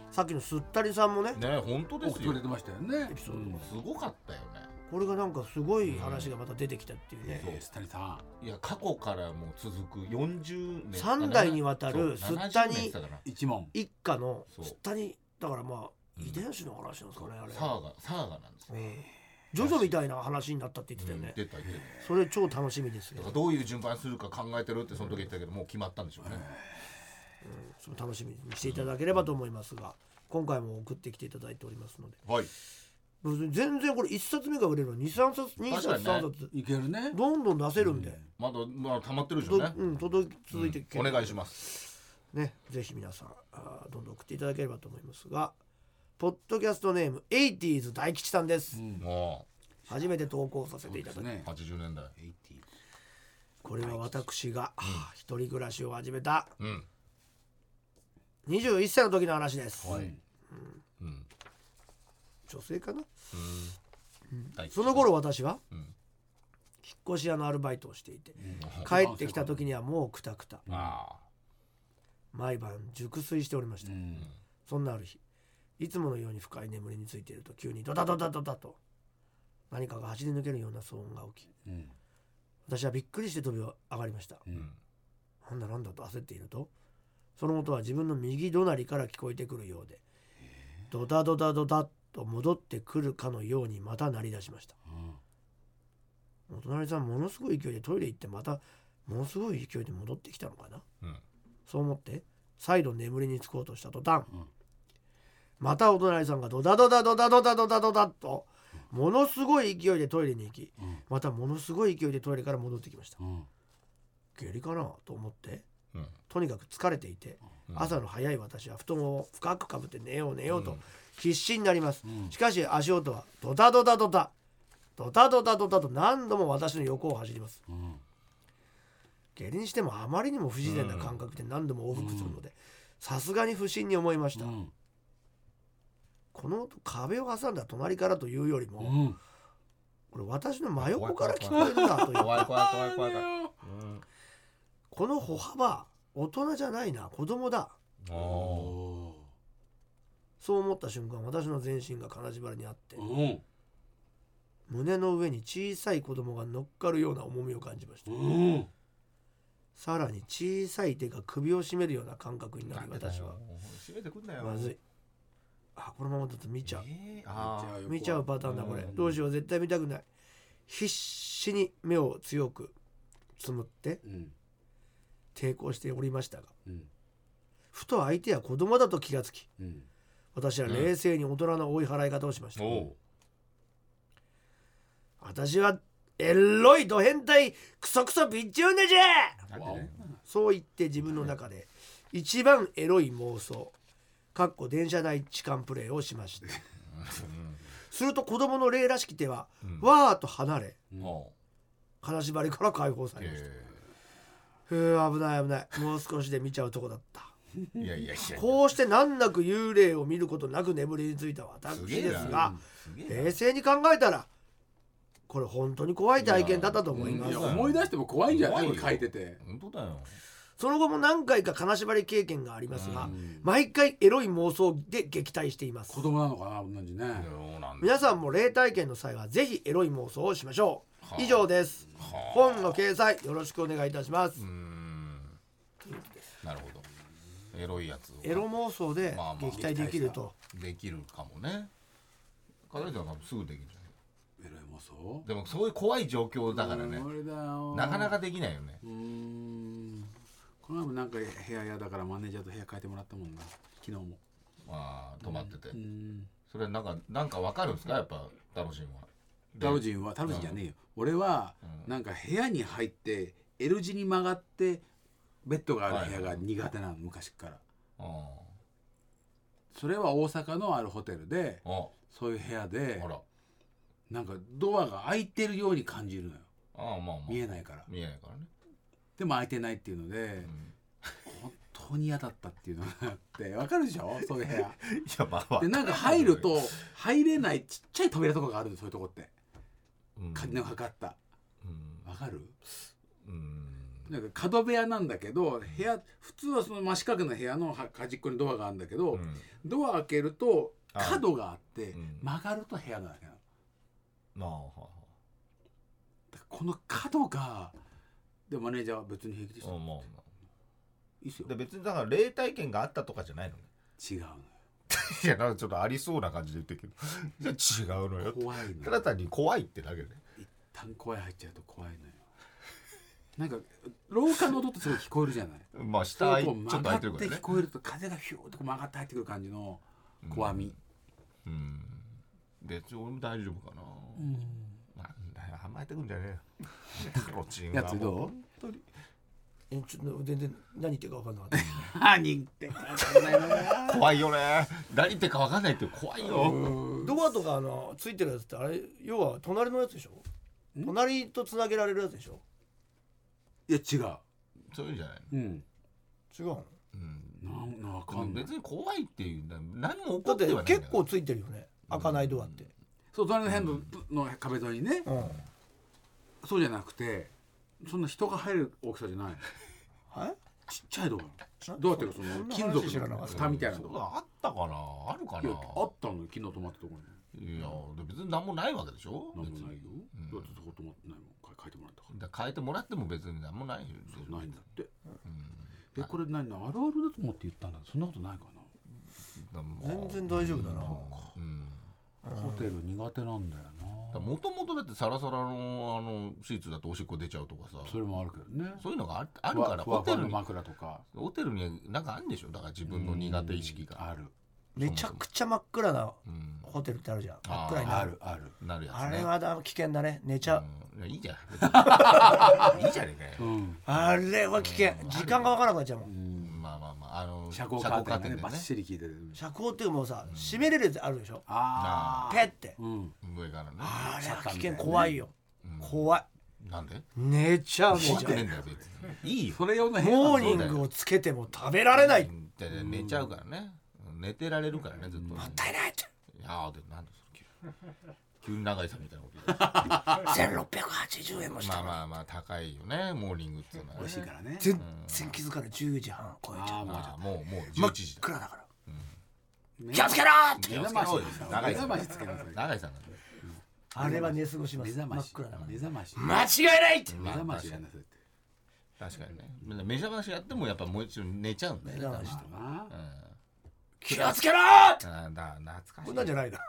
[SPEAKER 2] さっきのすったりさんもね
[SPEAKER 3] ね本当です
[SPEAKER 4] 送
[SPEAKER 3] よ
[SPEAKER 4] れ。てましたよね
[SPEAKER 2] エピソードも
[SPEAKER 3] すごかったよね。
[SPEAKER 2] これがなんかすごい話がまた出てきたっていうね、
[SPEAKER 4] えー、スタリさん
[SPEAKER 3] いや過去からもう続く40年
[SPEAKER 2] 三代にわたる
[SPEAKER 3] そう
[SPEAKER 2] すったに
[SPEAKER 3] 70年って言たかな
[SPEAKER 4] 一問
[SPEAKER 2] 一家の
[SPEAKER 3] そう
[SPEAKER 2] すったりだからまあ
[SPEAKER 3] うん
[SPEAKER 2] 遺伝子の話なんですかねあれ
[SPEAKER 3] サーガサーガなんですよ。
[SPEAKER 2] ええジョジョみたいな話になったって言ってたよね、
[SPEAKER 3] 出た出た。
[SPEAKER 2] それ超楽しみです
[SPEAKER 3] だ
[SPEAKER 2] よ
[SPEAKER 3] からどういう順番にするか考えてるってその時言ったけどもう決まったんでしょうね。
[SPEAKER 2] その楽しみにしていただければと思いますが今回も送ってきていただいておりますので
[SPEAKER 3] はい。
[SPEAKER 2] 別に全然これ1冊目が売れるのに23冊2冊
[SPEAKER 3] 確かにね
[SPEAKER 2] 3冊
[SPEAKER 4] いけるね
[SPEAKER 2] どんどん出せるんで、
[SPEAKER 3] まだまあ溜まってるでしょ
[SPEAKER 2] と
[SPEAKER 3] うね。
[SPEAKER 2] うん、届き続いて
[SPEAKER 3] お願いし
[SPEAKER 2] ま
[SPEAKER 3] ます。
[SPEAKER 2] す、ね、ぜひ皆さんあーどんどん送っていただければと思いますがポッドキャストネーム 80s 大吉さんです、
[SPEAKER 3] も
[SPEAKER 2] 初めて投稿させていただき、
[SPEAKER 3] う80年代。
[SPEAKER 4] 80
[SPEAKER 2] これは私が、あー一人暮らしを始めた
[SPEAKER 3] うん。
[SPEAKER 2] 21歳の時の話です、
[SPEAKER 3] うん。
[SPEAKER 2] 女性かな
[SPEAKER 3] 大吉
[SPEAKER 2] その頃私は、
[SPEAKER 3] うん
[SPEAKER 2] 引っ越し屋のアルバイトをしていて、
[SPEAKER 3] ん
[SPEAKER 2] 帰ってきた時にはもうくたくた
[SPEAKER 3] あ
[SPEAKER 2] 毎晩熟睡しておりまし
[SPEAKER 4] う
[SPEAKER 2] た、
[SPEAKER 4] ん
[SPEAKER 2] そんなある日いつものように深い眠りについていると急にドタドタドタと何かが走り抜けるような騒音が起き
[SPEAKER 4] うん
[SPEAKER 2] 私はびっくりして飛び上がりました、
[SPEAKER 4] うん
[SPEAKER 2] なんだなんだと焦っているとその音は自分の右隣から聞こえてくるようでドタドタドタと戻ってくるかのようにまた鳴り出しましたお隣さんものすごい勢いでトイレ行ってまたものすごい勢いで戻ってきたのかな
[SPEAKER 3] あ。うん。
[SPEAKER 2] そう思って再度眠りにつこうとした途端、
[SPEAKER 4] うん
[SPEAKER 2] またお隣さんがドダドダドダドダドダドダッとものすごい勢いでトイレに行き
[SPEAKER 4] うん
[SPEAKER 2] またものすごい勢いでトイレから戻ってきました
[SPEAKER 4] うん
[SPEAKER 2] 下痢かなと思って
[SPEAKER 3] うん。
[SPEAKER 2] とにかく疲れていて
[SPEAKER 3] うん
[SPEAKER 2] 朝の早い私は布団を深くかぶって寝よう寝よう
[SPEAKER 3] う
[SPEAKER 2] と
[SPEAKER 3] ん
[SPEAKER 2] 必死になります
[SPEAKER 4] うん
[SPEAKER 2] しかし足音はドタドタドタドタドタドタと何度も私の横を走ります
[SPEAKER 4] うん
[SPEAKER 2] 下痢にしてもあまりにも不自然な感覚で何度も往復するのでさすがに不審に思いました、
[SPEAKER 4] うん
[SPEAKER 2] この音壁を挟んだ隣からというよりも、
[SPEAKER 4] うん
[SPEAKER 2] これ私の真横から聞こえるなという
[SPEAKER 3] 怖い怖い怖い怖い怖い。うん。
[SPEAKER 2] この歩幅大人じゃないな子供だ
[SPEAKER 3] あ
[SPEAKER 4] お
[SPEAKER 2] そう思った瞬間私の全身が金縛りにあって
[SPEAKER 4] ーうん
[SPEAKER 2] 胸の上に小さい子供が乗っかるような重みを感じました
[SPEAKER 4] うん
[SPEAKER 2] さらに小さい手が首を絞めるような感覚にな
[SPEAKER 3] あ。な
[SPEAKER 2] り
[SPEAKER 3] んでだ
[SPEAKER 2] 私
[SPEAKER 3] よ
[SPEAKER 2] は。
[SPEAKER 3] 閉めてくんなよ。
[SPEAKER 2] まずいあこのままだと見ちゃう
[SPEAKER 3] えーああ。
[SPEAKER 2] 見ちゃうパターンだこれ
[SPEAKER 3] うん
[SPEAKER 2] どうしよう絶対見たくない必死に目を強くつむって
[SPEAKER 4] うん
[SPEAKER 2] 抵抗しておりましたが
[SPEAKER 4] うん
[SPEAKER 2] ふと相手は子供だと気がつき
[SPEAKER 4] うん
[SPEAKER 2] 私は冷静に大人の追い払い方をしました、
[SPEAKER 3] おう。
[SPEAKER 2] 私はエロいド変態クソクソビッチュンネじゃ
[SPEAKER 3] なんでね。
[SPEAKER 2] そう言って自分の中で一番エロい妄想かっこ電車内痴漢プレーをしましたすると子供の霊らしき手は、
[SPEAKER 3] うん
[SPEAKER 2] わーっと離れ
[SPEAKER 3] うんおう。
[SPEAKER 2] 金縛りから解放されました、
[SPEAKER 3] え
[SPEAKER 2] ふう危ない危ないもう少しで見ちゃうとこだった
[SPEAKER 3] ーいやいやいや。
[SPEAKER 2] こうして難なく幽霊を見ることなく眠りについた私
[SPEAKER 3] すげえ
[SPEAKER 2] で
[SPEAKER 3] な
[SPEAKER 2] すが
[SPEAKER 3] すげえな
[SPEAKER 2] 冷静に考えたらこれ本当に怖い体験だったと思いま
[SPEAKER 4] い
[SPEAKER 2] す
[SPEAKER 4] や思い出しても怖いんじゃない
[SPEAKER 3] 怖いよ
[SPEAKER 4] 書いてて
[SPEAKER 3] 本当だよ。
[SPEAKER 2] その後も何回か金縛り経験がありますが
[SPEAKER 4] うん
[SPEAKER 2] 毎回エロい妄想で撃退しています
[SPEAKER 4] 子供なのかな同じね
[SPEAKER 3] そうなんだ。
[SPEAKER 2] 皆さんも霊体験の際はぜひエロい妄想をしましょ
[SPEAKER 3] は
[SPEAKER 2] う
[SPEAKER 3] あ
[SPEAKER 2] 以上です
[SPEAKER 3] はあ
[SPEAKER 2] 本の掲載よろしくお願いいたします
[SPEAKER 3] うーん。なるほど。エロいやつを。
[SPEAKER 2] エロ妄想で
[SPEAKER 3] まあまあ
[SPEAKER 2] 撃退できると
[SPEAKER 3] できるかもね。彼女は多分すぐできる。
[SPEAKER 4] えらいもそう
[SPEAKER 3] でもそういう怖い状況だからね
[SPEAKER 4] う。んあれだよ
[SPEAKER 3] なかなかできないよね
[SPEAKER 4] う。ーんこの前もなんか部屋嫌だからマネージャーと部屋変えてもらったもんな昨日も
[SPEAKER 3] まあ、止まってて
[SPEAKER 4] う。ん
[SPEAKER 3] それなんか、なんかわかるんですかやっぱ、ダロシンは。
[SPEAKER 4] タロジンはタロジンじゃねえよ、俺は
[SPEAKER 3] うん
[SPEAKER 4] なんか部屋に入って L 字に曲がってベッドがある部屋が苦手なの昔から
[SPEAKER 3] あ
[SPEAKER 4] それは大阪のあるホテルで
[SPEAKER 3] あ。あ
[SPEAKER 4] そういう部屋
[SPEAKER 3] あ。
[SPEAKER 4] で
[SPEAKER 3] ほら。
[SPEAKER 4] なんかドアが開いてるように感じるのよ
[SPEAKER 3] ああ、まあまあ。
[SPEAKER 4] 見えないから
[SPEAKER 3] 見えないからね。
[SPEAKER 4] でも開いてないっていうので、
[SPEAKER 3] うん
[SPEAKER 4] 本当当に嫌だったっていうのがあってわかるでしょそういう部屋
[SPEAKER 3] いやまあまあ
[SPEAKER 4] でなんか入ると入れないちっちゃい扉とかがあるのそういうとこって
[SPEAKER 3] うん
[SPEAKER 4] 金のかかった
[SPEAKER 3] うん
[SPEAKER 4] わかる
[SPEAKER 3] うん
[SPEAKER 4] なんか角部屋なんだけど部屋普通はその真四角の部屋のは端っこにドアがあるんだけど、
[SPEAKER 3] うん
[SPEAKER 4] ドア開けると
[SPEAKER 3] あ
[SPEAKER 4] 角があって、
[SPEAKER 3] うん
[SPEAKER 4] 曲がると部屋なわけなの
[SPEAKER 3] まあはあは
[SPEAKER 4] だからこの角がでマネージャーは別に平気でし
[SPEAKER 3] あ
[SPEAKER 4] た、
[SPEAKER 3] う
[SPEAKER 4] い
[SPEAKER 3] んまあま
[SPEAKER 4] いっすよ
[SPEAKER 3] あで別にだから霊体験があったとかじゃないのね
[SPEAKER 4] 違うのよ
[SPEAKER 3] いやなんかちょっとありそうな感じで言ってるけど違うのよ
[SPEAKER 4] 怖いの
[SPEAKER 3] た
[SPEAKER 4] よ
[SPEAKER 3] だ単に怖いってだけで
[SPEAKER 4] 一旦声入っちゃうと怖いのよなんか廊下の音ってすごい聞こえるじゃない
[SPEAKER 3] ま あ
[SPEAKER 4] そ
[SPEAKER 3] 下
[SPEAKER 4] れ
[SPEAKER 3] ち
[SPEAKER 4] こ
[SPEAKER 3] ょ
[SPEAKER 4] う
[SPEAKER 3] っ
[SPEAKER 4] 曲
[SPEAKER 3] と
[SPEAKER 4] が
[SPEAKER 3] 開い
[SPEAKER 4] ってて
[SPEAKER 3] るからね
[SPEAKER 4] 聞こえると風がヒューッとこう曲がって入ってくる感じの怖み、
[SPEAKER 3] うん別に俺も大丈夫かな、なんだよ甘えてくんじゃねえよタロチン
[SPEAKER 4] や
[SPEAKER 3] が
[SPEAKER 4] つ
[SPEAKER 3] も
[SPEAKER 4] ど
[SPEAKER 3] う
[SPEAKER 4] う
[SPEAKER 2] えちょっと全然何言ってるか分かんなかった
[SPEAKER 4] 何言っ てんか分かんないのな
[SPEAKER 3] 怖いよね何言ってるか分かんないって怖いよ、
[SPEAKER 2] ドアとかあのついてるやつってあれ要は隣のやつでしょ
[SPEAKER 4] ん
[SPEAKER 2] 隣とつなげられるやつでしょ
[SPEAKER 4] いや違う
[SPEAKER 3] そういうんじゃないの
[SPEAKER 4] うん
[SPEAKER 2] 違うの
[SPEAKER 3] うん
[SPEAKER 4] なんなんわ
[SPEAKER 3] で
[SPEAKER 4] か
[SPEAKER 3] も
[SPEAKER 4] んない
[SPEAKER 3] 別に怖いっていう何も起こ
[SPEAKER 2] だ
[SPEAKER 3] っ
[SPEAKER 2] ってて
[SPEAKER 3] はないんだよ
[SPEAKER 2] 結構ついてるよね開かないドアって、
[SPEAKER 4] そう隣の辺の,、の壁沿いにね
[SPEAKER 2] うん
[SPEAKER 4] そうじゃなくてそんな人が入る大きさじゃない
[SPEAKER 2] はい
[SPEAKER 4] ちっちゃいド
[SPEAKER 2] な
[SPEAKER 4] アどうやってるその金属
[SPEAKER 2] そんな話知らなか
[SPEAKER 4] の
[SPEAKER 2] った
[SPEAKER 4] 蓋みたいな
[SPEAKER 3] そ
[SPEAKER 4] と
[SPEAKER 3] う
[SPEAKER 4] こ
[SPEAKER 3] だあったかなあるか
[SPEAKER 4] い
[SPEAKER 3] な
[SPEAKER 4] やあったのよ昨日泊まったところに
[SPEAKER 3] いや別に何もないわけでしょ
[SPEAKER 4] 何もないよ
[SPEAKER 3] 別に
[SPEAKER 4] どうやってそこ泊まってないもんか書いてもらったか
[SPEAKER 3] だから変えてもらっても別に何もないよ
[SPEAKER 4] らないんだって
[SPEAKER 3] うん
[SPEAKER 4] えこれ何あるあるだと思って言ったんだそんなことないか
[SPEAKER 3] だからまあ
[SPEAKER 2] 全然大丈夫だな、
[SPEAKER 3] うん
[SPEAKER 4] なホテル苦手なんだよな
[SPEAKER 3] もともとだってサラサラのあのシーツだとおしっこ出ちゃうとかさ
[SPEAKER 4] それもあるけどね
[SPEAKER 3] そういうのがああるから
[SPEAKER 4] ふわ
[SPEAKER 3] ホ
[SPEAKER 4] ふわ
[SPEAKER 3] テ
[SPEAKER 4] の
[SPEAKER 3] ルに
[SPEAKER 4] 枕とか
[SPEAKER 3] ホテルになんかあるんでしょだから自分の苦手意識が
[SPEAKER 4] ある
[SPEAKER 2] めちゃくちゃ真っ暗な
[SPEAKER 3] うん
[SPEAKER 2] ホテルってあるじゃん
[SPEAKER 3] ー
[SPEAKER 2] 真っ暗にな
[SPEAKER 4] あ
[SPEAKER 2] る
[SPEAKER 4] るある
[SPEAKER 3] なるやつ
[SPEAKER 2] あ
[SPEAKER 3] ね
[SPEAKER 2] れはだ危険だね寝ちゃう、
[SPEAKER 3] うんいやいいじゃんいいじゃねえか
[SPEAKER 4] う
[SPEAKER 3] よ
[SPEAKER 4] ん
[SPEAKER 2] あれは危険時間が分からなくなっちゃうもん
[SPEAKER 3] まあまあまああの
[SPEAKER 4] 遮光カーテンがね
[SPEAKER 3] 遮
[SPEAKER 4] バ
[SPEAKER 3] 光
[SPEAKER 4] ッシリ効いてる
[SPEAKER 2] 遮光っていうかもうさ閉めれるやつあるでしょ
[SPEAKER 4] あ
[SPEAKER 2] ペッて
[SPEAKER 4] うん
[SPEAKER 3] 上からね
[SPEAKER 2] あれは危
[SPEAKER 4] シャッター
[SPEAKER 2] 険
[SPEAKER 4] みたいなね
[SPEAKER 2] 怖いよ怖い
[SPEAKER 3] なんで
[SPEAKER 2] 寝ちゃう寝
[SPEAKER 3] 怖
[SPEAKER 2] ち
[SPEAKER 3] く
[SPEAKER 2] ゃう
[SPEAKER 3] ねえんだよ別にいいよ
[SPEAKER 4] それ用の部屋
[SPEAKER 2] モ
[SPEAKER 4] な
[SPEAKER 2] ー
[SPEAKER 4] の
[SPEAKER 2] ニングをつけても食べられないも
[SPEAKER 3] って寝ちゃうからね寝てられるからねずっとも
[SPEAKER 2] ったいないって
[SPEAKER 3] いやーでなんでそれ急に急に 長井さんみたいなこと 言って
[SPEAKER 2] 1680円もした
[SPEAKER 3] まあ
[SPEAKER 2] の
[SPEAKER 3] まあまあ高いよねモーニングっていうのはね
[SPEAKER 4] 美味しいからね
[SPEAKER 2] 全然気づかない10時半超えちゃ
[SPEAKER 4] あ
[SPEAKER 2] う
[SPEAKER 4] あもう
[SPEAKER 3] あーもうもう
[SPEAKER 2] 真
[SPEAKER 3] 11
[SPEAKER 2] っ
[SPEAKER 3] 時だ
[SPEAKER 2] 暗だから
[SPEAKER 4] 目
[SPEAKER 2] 気をつけろーって
[SPEAKER 4] 目覚まし
[SPEAKER 3] 長
[SPEAKER 4] 目
[SPEAKER 3] い
[SPEAKER 4] 覚ましつけなさい
[SPEAKER 3] 長井さんが
[SPEAKER 2] あれは寝過ごしま
[SPEAKER 4] 目
[SPEAKER 2] す
[SPEAKER 4] 覚
[SPEAKER 2] 真
[SPEAKER 4] ま
[SPEAKER 2] っ
[SPEAKER 4] し
[SPEAKER 2] 暗だから
[SPEAKER 4] 目覚まし
[SPEAKER 2] 間違いないって
[SPEAKER 4] 目覚ましやんなさいって
[SPEAKER 3] 確かにねみんな目覚ましやってもやっぱもう一度寝ちゃうんだよね
[SPEAKER 2] 目覚まし
[SPEAKER 3] 多分
[SPEAKER 4] な
[SPEAKER 3] うん
[SPEAKER 2] 気をつけろーって
[SPEAKER 3] あーだ懐かし
[SPEAKER 2] こ
[SPEAKER 3] い
[SPEAKER 2] んなんじゃないな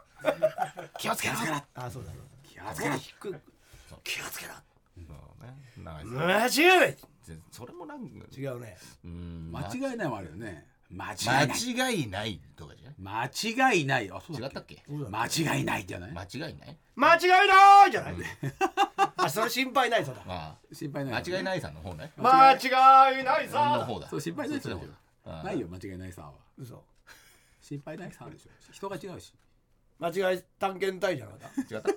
[SPEAKER 4] 気をつけろ
[SPEAKER 2] あそうだね
[SPEAKER 4] 気をつけろ
[SPEAKER 2] 低く気をつけろ
[SPEAKER 3] そうね長井さん
[SPEAKER 2] 間違い
[SPEAKER 3] ぜそれもなんか
[SPEAKER 2] 違うね
[SPEAKER 3] うん
[SPEAKER 4] 間違いないもあるよね間違いない
[SPEAKER 3] 間違いないとかじゃない
[SPEAKER 4] 間違いないあそう
[SPEAKER 3] 違
[SPEAKER 4] だ
[SPEAKER 3] ったっけ
[SPEAKER 4] 間違いないじゃない
[SPEAKER 3] 間違いない
[SPEAKER 2] 間違いないじゃないあそれ心配ないさだ
[SPEAKER 3] ま
[SPEAKER 4] 心配な
[SPEAKER 3] あ
[SPEAKER 4] い
[SPEAKER 3] 間違いないさんの方ね
[SPEAKER 2] 間違いない
[SPEAKER 3] の
[SPEAKER 2] さ
[SPEAKER 3] 方だ
[SPEAKER 4] そう心配ない人だよ
[SPEAKER 3] そっちの方だ
[SPEAKER 4] ないよ間違いないさんは
[SPEAKER 2] 嘘
[SPEAKER 4] 心配ないさんでしょ人が違うし
[SPEAKER 2] 間違い探検隊じゃなかった
[SPEAKER 3] 違った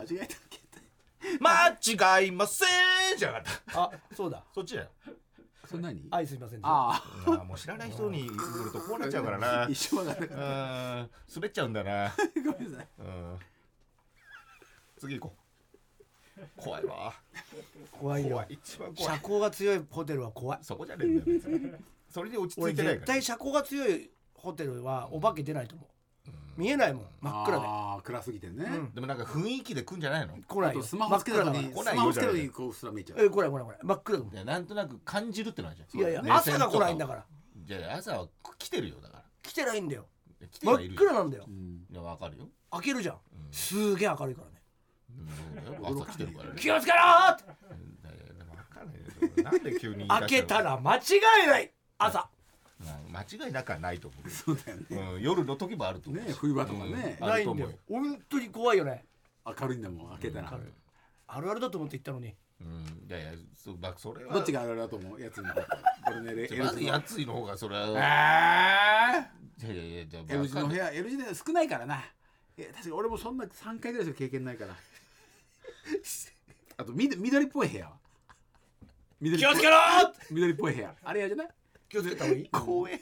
[SPEAKER 4] 間違いだけ
[SPEAKER 3] 間違いませんじゃなかった
[SPEAKER 2] あそうだ
[SPEAKER 3] そっちだよ
[SPEAKER 4] それ何
[SPEAKER 2] はいすいません
[SPEAKER 4] あ
[SPEAKER 3] うわもう知らない人に言るとこうなっちゃうからな
[SPEAKER 4] あ一緒わからな
[SPEAKER 3] う
[SPEAKER 4] かっ
[SPEAKER 3] ん滑っちゃうんだな
[SPEAKER 4] たごめんな さい
[SPEAKER 3] うん次行こう怖いわ
[SPEAKER 2] 怖いよ
[SPEAKER 3] 怖い一番怖
[SPEAKER 2] 車
[SPEAKER 3] い
[SPEAKER 2] 高が強いホテルは怖い
[SPEAKER 3] そこじゃねえんだよ別にそれで落ち着
[SPEAKER 2] 俺
[SPEAKER 3] いてない
[SPEAKER 2] 絶
[SPEAKER 3] から
[SPEAKER 2] 対車高が強いホテルはお化け出ないと思う見えないもん真っ暗で
[SPEAKER 4] ああ暗すぎてね
[SPEAKER 2] ん
[SPEAKER 3] でもなんか雰囲気で来んじゃないの
[SPEAKER 2] 来
[SPEAKER 4] あ
[SPEAKER 2] ない
[SPEAKER 4] と
[SPEAKER 2] よ
[SPEAKER 4] スマホつけた
[SPEAKER 2] 真
[SPEAKER 4] 時
[SPEAKER 2] っ暗
[SPEAKER 4] に
[SPEAKER 2] だか
[SPEAKER 3] 来
[SPEAKER 4] ス
[SPEAKER 3] ない
[SPEAKER 4] マ
[SPEAKER 3] よ
[SPEAKER 4] ホつけた時にこううっすら見えちゃ
[SPEAKER 2] らえ
[SPEAKER 4] う
[SPEAKER 2] 来ない来ない来ない真っ暗だもん
[SPEAKER 3] いやなんとなく感じるってのはじゃん
[SPEAKER 2] いやいや
[SPEAKER 3] そうだね
[SPEAKER 2] 朝が来ないんだから
[SPEAKER 3] じゃあ朝は来てるよだから
[SPEAKER 2] 来てないんだよ
[SPEAKER 3] いや来て
[SPEAKER 2] 真
[SPEAKER 3] はい
[SPEAKER 2] っ
[SPEAKER 3] るよ
[SPEAKER 2] 暗なんだよ
[SPEAKER 4] うん
[SPEAKER 3] いやわかるよ
[SPEAKER 2] 開けるじゃんすーげえ明るいからね
[SPEAKER 3] う んそうだよ朝来てるからね
[SPEAKER 2] 気をつけろーって
[SPEAKER 3] いやいやわかんないよなんで急に言い出したの
[SPEAKER 2] 開けたら間違いない朝
[SPEAKER 3] まあ間違いなくはないと思う
[SPEAKER 4] そうだよね
[SPEAKER 3] うん、夜の時もあると思うし。
[SPEAKER 4] ね冬場とかね
[SPEAKER 3] うんあ
[SPEAKER 2] な
[SPEAKER 3] る
[SPEAKER 2] い
[SPEAKER 3] と
[SPEAKER 2] んだ
[SPEAKER 3] 思う
[SPEAKER 2] よ。本当に怖いよね
[SPEAKER 4] 明るいんだもん開けたら
[SPEAKER 2] あるあるだと思って行ったのに
[SPEAKER 3] うん、いやいや、そう、まあ、それは。
[SPEAKER 4] どっちがあるだと思うやつにこれね
[SPEAKER 3] じ
[SPEAKER 4] L
[SPEAKER 3] ゃあまず
[SPEAKER 4] 字の
[SPEAKER 3] やついの方が、それは。いや
[SPEAKER 4] え
[SPEAKER 3] いやいや、じゃあ、
[SPEAKER 4] ー L 字の部
[SPEAKER 3] ま
[SPEAKER 4] 屋 L 字で少ないからなえ確か俺もそんな3回ぐらいしか経験ないからあとみど緑っぽい部屋は緑っ
[SPEAKER 2] 気を
[SPEAKER 4] ぽ
[SPEAKER 2] つ
[SPEAKER 4] い
[SPEAKER 2] けろーって
[SPEAKER 4] 緑っぽい部屋あれやじゃない
[SPEAKER 2] 気をつけた方がいい
[SPEAKER 3] 光栄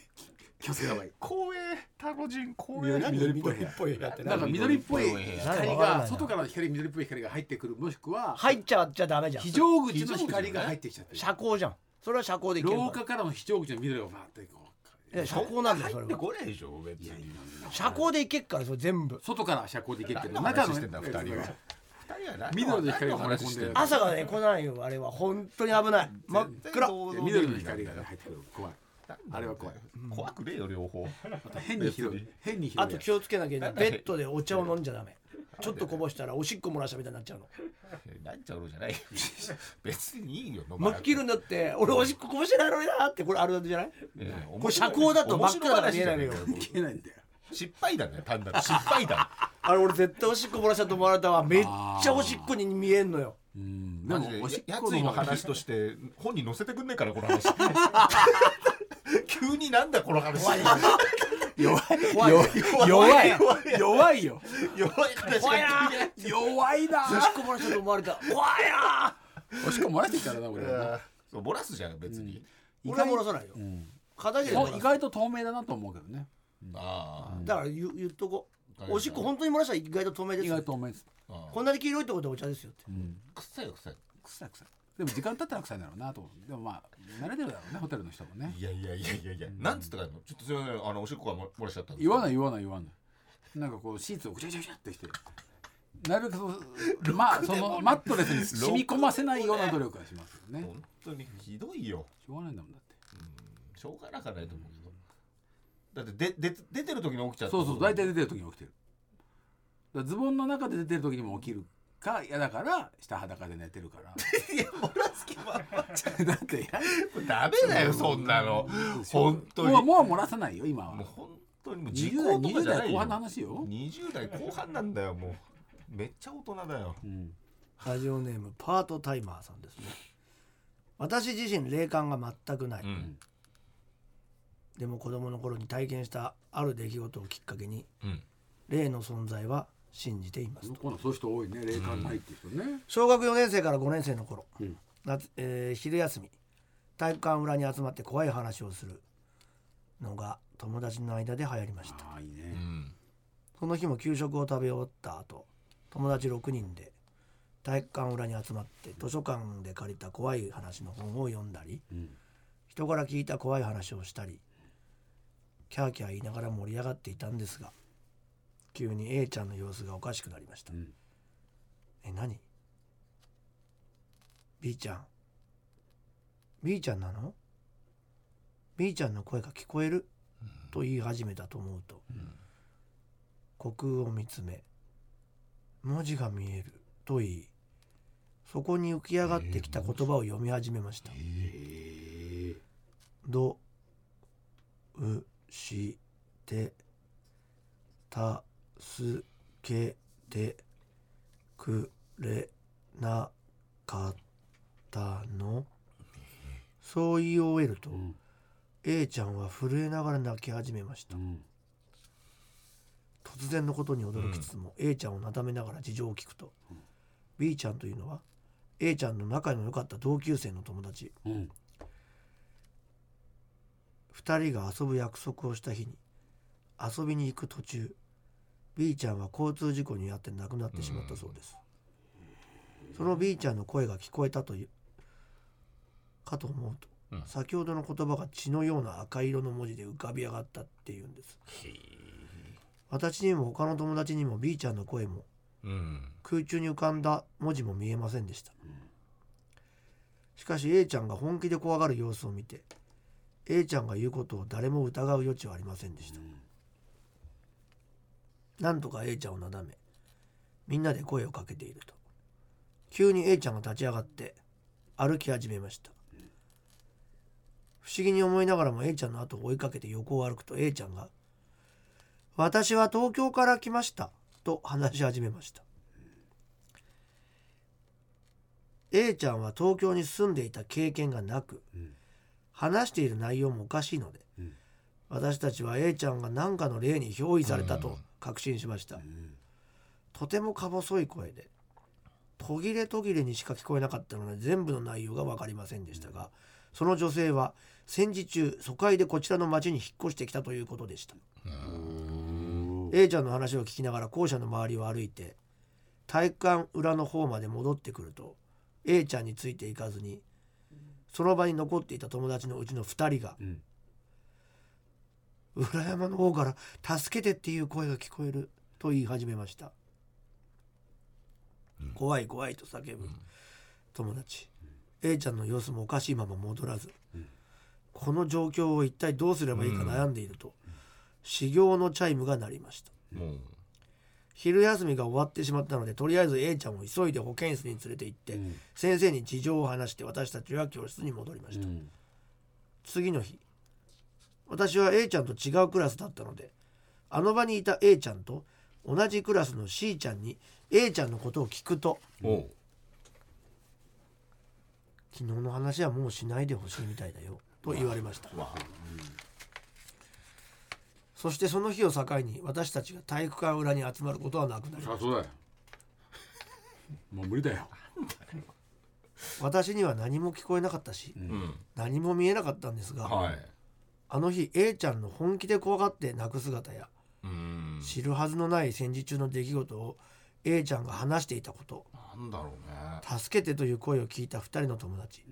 [SPEAKER 4] 気をつけた方がいい
[SPEAKER 3] 光栄タロジン光
[SPEAKER 2] いや
[SPEAKER 3] 栄
[SPEAKER 2] 何
[SPEAKER 4] 緑っぽい
[SPEAKER 2] 緑っぽい部屋って
[SPEAKER 4] なんか
[SPEAKER 2] 何
[SPEAKER 4] 緑っぽい
[SPEAKER 2] なんか
[SPEAKER 4] 光
[SPEAKER 2] わからない
[SPEAKER 4] が
[SPEAKER 2] な
[SPEAKER 4] 外からの光緑っぽい光が入ってくるもしくは
[SPEAKER 2] 入っちゃっちゃダメじゃん
[SPEAKER 4] 非常口の光が入ってきちゃって
[SPEAKER 2] 遮光じゃんそれは遮光でいける
[SPEAKER 4] 廊
[SPEAKER 2] か
[SPEAKER 4] 下からの非常口の緑がバーってこう
[SPEAKER 2] らいや遮光なんだよそ
[SPEAKER 3] 入
[SPEAKER 2] れ
[SPEAKER 3] って
[SPEAKER 2] は
[SPEAKER 3] こないでしょ別
[SPEAKER 4] いやいやい
[SPEAKER 3] に
[SPEAKER 4] や
[SPEAKER 2] 遮光でいけっからそれ全部
[SPEAKER 4] 外から遮光できるけど
[SPEAKER 3] 何の
[SPEAKER 4] 中
[SPEAKER 3] 話
[SPEAKER 4] の
[SPEAKER 3] してんだ二人は二人は何
[SPEAKER 4] 緑の光が漏れ込んでる
[SPEAKER 3] 何の話してんだ
[SPEAKER 2] 朝がね来ないよあれは本当に危ない真っ暗
[SPEAKER 4] いや緑の光がね入ってくる怖いあれは怖い
[SPEAKER 3] 怖くねえよ両方
[SPEAKER 4] また変に広い変に広
[SPEAKER 2] あ
[SPEAKER 4] い
[SPEAKER 2] と
[SPEAKER 4] や
[SPEAKER 2] 気
[SPEAKER 4] つ
[SPEAKER 2] をつけなきゃいけない
[SPEAKER 3] なんだ
[SPEAKER 2] ベッドでお茶を飲んじゃダメちょっとこぼしたらおしっこ漏らしたみたいになっちゃうの
[SPEAKER 3] なんちゃうのじゃないよ別にいいよ飲ま
[SPEAKER 2] 真っ
[SPEAKER 3] な
[SPEAKER 2] 黄
[SPEAKER 3] くて
[SPEAKER 2] 色になって俺おしっここぼしてないのになってこれあるあるじゃない
[SPEAKER 3] ええ
[SPEAKER 2] これ遮光だと真っ暗だから見えないのよ
[SPEAKER 3] 面白話じ
[SPEAKER 4] いけ
[SPEAKER 3] ゃない
[SPEAKER 4] ないんだよ
[SPEAKER 3] 失敗だね 単なる失敗だ
[SPEAKER 2] あれ俺絶対おしっこ漏らしたと思われたわめっちゃおしっこに見えんのよ
[SPEAKER 4] うんで
[SPEAKER 3] マジで
[SPEAKER 4] もおしっ
[SPEAKER 3] や
[SPEAKER 4] こ
[SPEAKER 3] ついの話として本に載せてくんねえからこ の話急になんだこの話弱い
[SPEAKER 4] 弱い
[SPEAKER 2] 怖いよ
[SPEAKER 4] 弱
[SPEAKER 3] 弱い
[SPEAKER 4] い弱いよ
[SPEAKER 3] 話
[SPEAKER 2] 怖いな
[SPEAKER 4] 弱いな
[SPEAKER 2] おしっこ漏らしたと思われた怖いな
[SPEAKER 4] おしっこ漏らしてきたらな俺は
[SPEAKER 3] そう漏らすじゃん別に、
[SPEAKER 2] 俺は漏らさないよ片桐
[SPEAKER 4] な
[SPEAKER 2] は
[SPEAKER 4] お意
[SPEAKER 2] 漏ら
[SPEAKER 4] 外と透明だなと思うけどね
[SPEAKER 3] あ
[SPEAKER 2] すだから言う言っとこうおしっこ本当に漏らしたら意外と透明で
[SPEAKER 4] 意
[SPEAKER 2] す
[SPEAKER 4] 外
[SPEAKER 2] よ
[SPEAKER 4] と透明です
[SPEAKER 3] ああ
[SPEAKER 2] こんなに黄色いってことはお茶ですよって
[SPEAKER 3] 臭いよ臭い
[SPEAKER 4] 臭い臭いでも時間経ったら臭いんだろうなと思うでもまあ慣れてるだろうねホテルの人もね
[SPEAKER 3] いやいやいやいやいや、なんつってかいのちょっとすいませんあのおしっこがも漏らしちゃったんです
[SPEAKER 4] 言わない言わない言わないなんかこうシーツをぐちゃぐちゃぐちゃってしてなるべくそうまあそのマットレスに染み込ませないような努力はしますよね
[SPEAKER 3] 本当にひどいよ
[SPEAKER 4] しょうがないんだもんだって
[SPEAKER 3] しょうがなかないと思うけどだってでで出てる時に起きちゃった
[SPEAKER 4] そうそう大体出てる時に起きてるだからズボンの中で出てる時にも起きるかいやだから下裸で寝てるから
[SPEAKER 3] いや漏らす気は
[SPEAKER 4] だって
[SPEAKER 3] ダメだよそんなの 本当に
[SPEAKER 4] もう
[SPEAKER 3] も
[SPEAKER 4] もう漏らさないよ今は
[SPEAKER 3] う本当にもう時
[SPEAKER 4] 20代
[SPEAKER 3] 効とか
[SPEAKER 4] 20
[SPEAKER 3] じゃな
[SPEAKER 4] 代後
[SPEAKER 3] いよ
[SPEAKER 4] 半の話よ、
[SPEAKER 3] 20代後半なんだよもうめっちゃ大人だよ
[SPEAKER 4] うん、
[SPEAKER 2] ラジオネームパートタイマーさんですね私自身霊感が全くない、
[SPEAKER 3] うん
[SPEAKER 2] でも子供の頃に体験したある出来事をきっかけに
[SPEAKER 3] うん
[SPEAKER 2] 霊の存在は信じていますと
[SPEAKER 4] 今度そういう人多いね霊感ないっていう人ね、
[SPEAKER 2] 小学4年生から5年生の頃、
[SPEAKER 4] うん
[SPEAKER 2] 夏えー昼休み体育館裏に集まって怖い話をするのが友達の間で流行りました
[SPEAKER 4] ああいいうね、
[SPEAKER 3] ん
[SPEAKER 2] その日も給食を食べ終わった後友達6人で体育館裏に集まって図書館で借りた怖い話の本を読んだり
[SPEAKER 4] うん
[SPEAKER 2] 人から聞いた怖い話をしたりキャーキャー言いながら盛り上がっていたんですが急に A ちゃんの様子がおかしくなりました、
[SPEAKER 4] うん
[SPEAKER 2] え何 ?B ちゃん B ちゃんなの ?B ちゃんの声が聞こえると言い始めたと思うと、虚空を見つめ文字が見えると言いそこに浮き上がってきた言葉を読み始めました、どうしてたすけてくれなかったのそう言い終えると、
[SPEAKER 4] ん
[SPEAKER 2] A ちゃんは震えながら泣き始めました
[SPEAKER 4] うん
[SPEAKER 2] 突然のことに驚きつつも、A ちゃんをなだめながら事情を聞くと、B ちゃんというのは A ちゃんの仲の良かった同級生の友達
[SPEAKER 4] うん
[SPEAKER 2] 二人が遊ぶ約束をした日に遊びに行く途中 B ちゃんは交通事故に遭って亡くなってしまったそうです、その B ちゃんの声が聞こえたというかと思うと、
[SPEAKER 3] うん
[SPEAKER 2] 先ほどの言葉が血のような赤色の文字で浮かび上がったっていうんです私にも他の友達にも B ちゃんの声も
[SPEAKER 3] うん
[SPEAKER 2] 空中に浮かんだ文字も見えませんでした、しかし A ちゃんが本気で怖がる様子を見て A ちゃんが言うことを誰も疑う余地はありませんでした、なんとか A ちゃんをなだめみんなで声をかけていると急に A ちゃんが立ち上がって歩き始めました不思議に思いながらも A ちゃんの後を追いかけて横を歩くと A ちゃんが「私は東京から来ました」と話し始めました A ちゃんは東京に住んでいた経験がなく、話している内容もおかしいので、私たちは A ちゃんが何かの例に憑依されたと確信しました、とてもか細い声で途切れ途切れにしか聞こえなかったので全部の内容が分かりませんでしたが、その女性は戦時中疎開でこちらの町に引っ越してきたということでした A ちゃんの話を聞きながら校舎の周りを歩いて体感裏の方まで戻ってくると A ちゃんについていかずにその場に残っていた友達のうちの2人が
[SPEAKER 4] うん
[SPEAKER 2] 裏山の方から「助けて」っていう声が聞こえると言い始めました、怖い怖いと叫ぶ友達、A ちゃんの様子もおかしいまま戻らず、この状況を一体どうすればいいか悩んでいると、修行のチャイムが鳴りました
[SPEAKER 3] もう
[SPEAKER 2] 昼休みが終わってしまったのでとりあえず A ちゃんを急いで保健室に連れて行って、先生に事情を話して私たちは教室に戻りました、
[SPEAKER 4] ん
[SPEAKER 2] 次の日私は A ちゃんと違うクラスだったのであの場にいた A ちゃんと同じクラスの C ちゃんに A ちゃんのことを聞くと
[SPEAKER 3] おう
[SPEAKER 2] 昨日の話はもうしないでほしいみたいだよと言われました
[SPEAKER 3] わ
[SPEAKER 2] そしてその日を境に私たちが体育館裏に集まることはなくなり
[SPEAKER 4] そりゃそうだよもう無理だよ
[SPEAKER 2] 私には何も聞こえなかったし、
[SPEAKER 3] うん
[SPEAKER 2] 何も見えなかったんですが、
[SPEAKER 3] はい
[SPEAKER 2] あの日 A ちゃんの本気で怖がって泣く姿や
[SPEAKER 3] うん
[SPEAKER 2] 知るはずのない戦時中の出来事を A ちゃんが話していたこと
[SPEAKER 3] なんだろうね
[SPEAKER 2] 助けてという声を聞いた2人の友達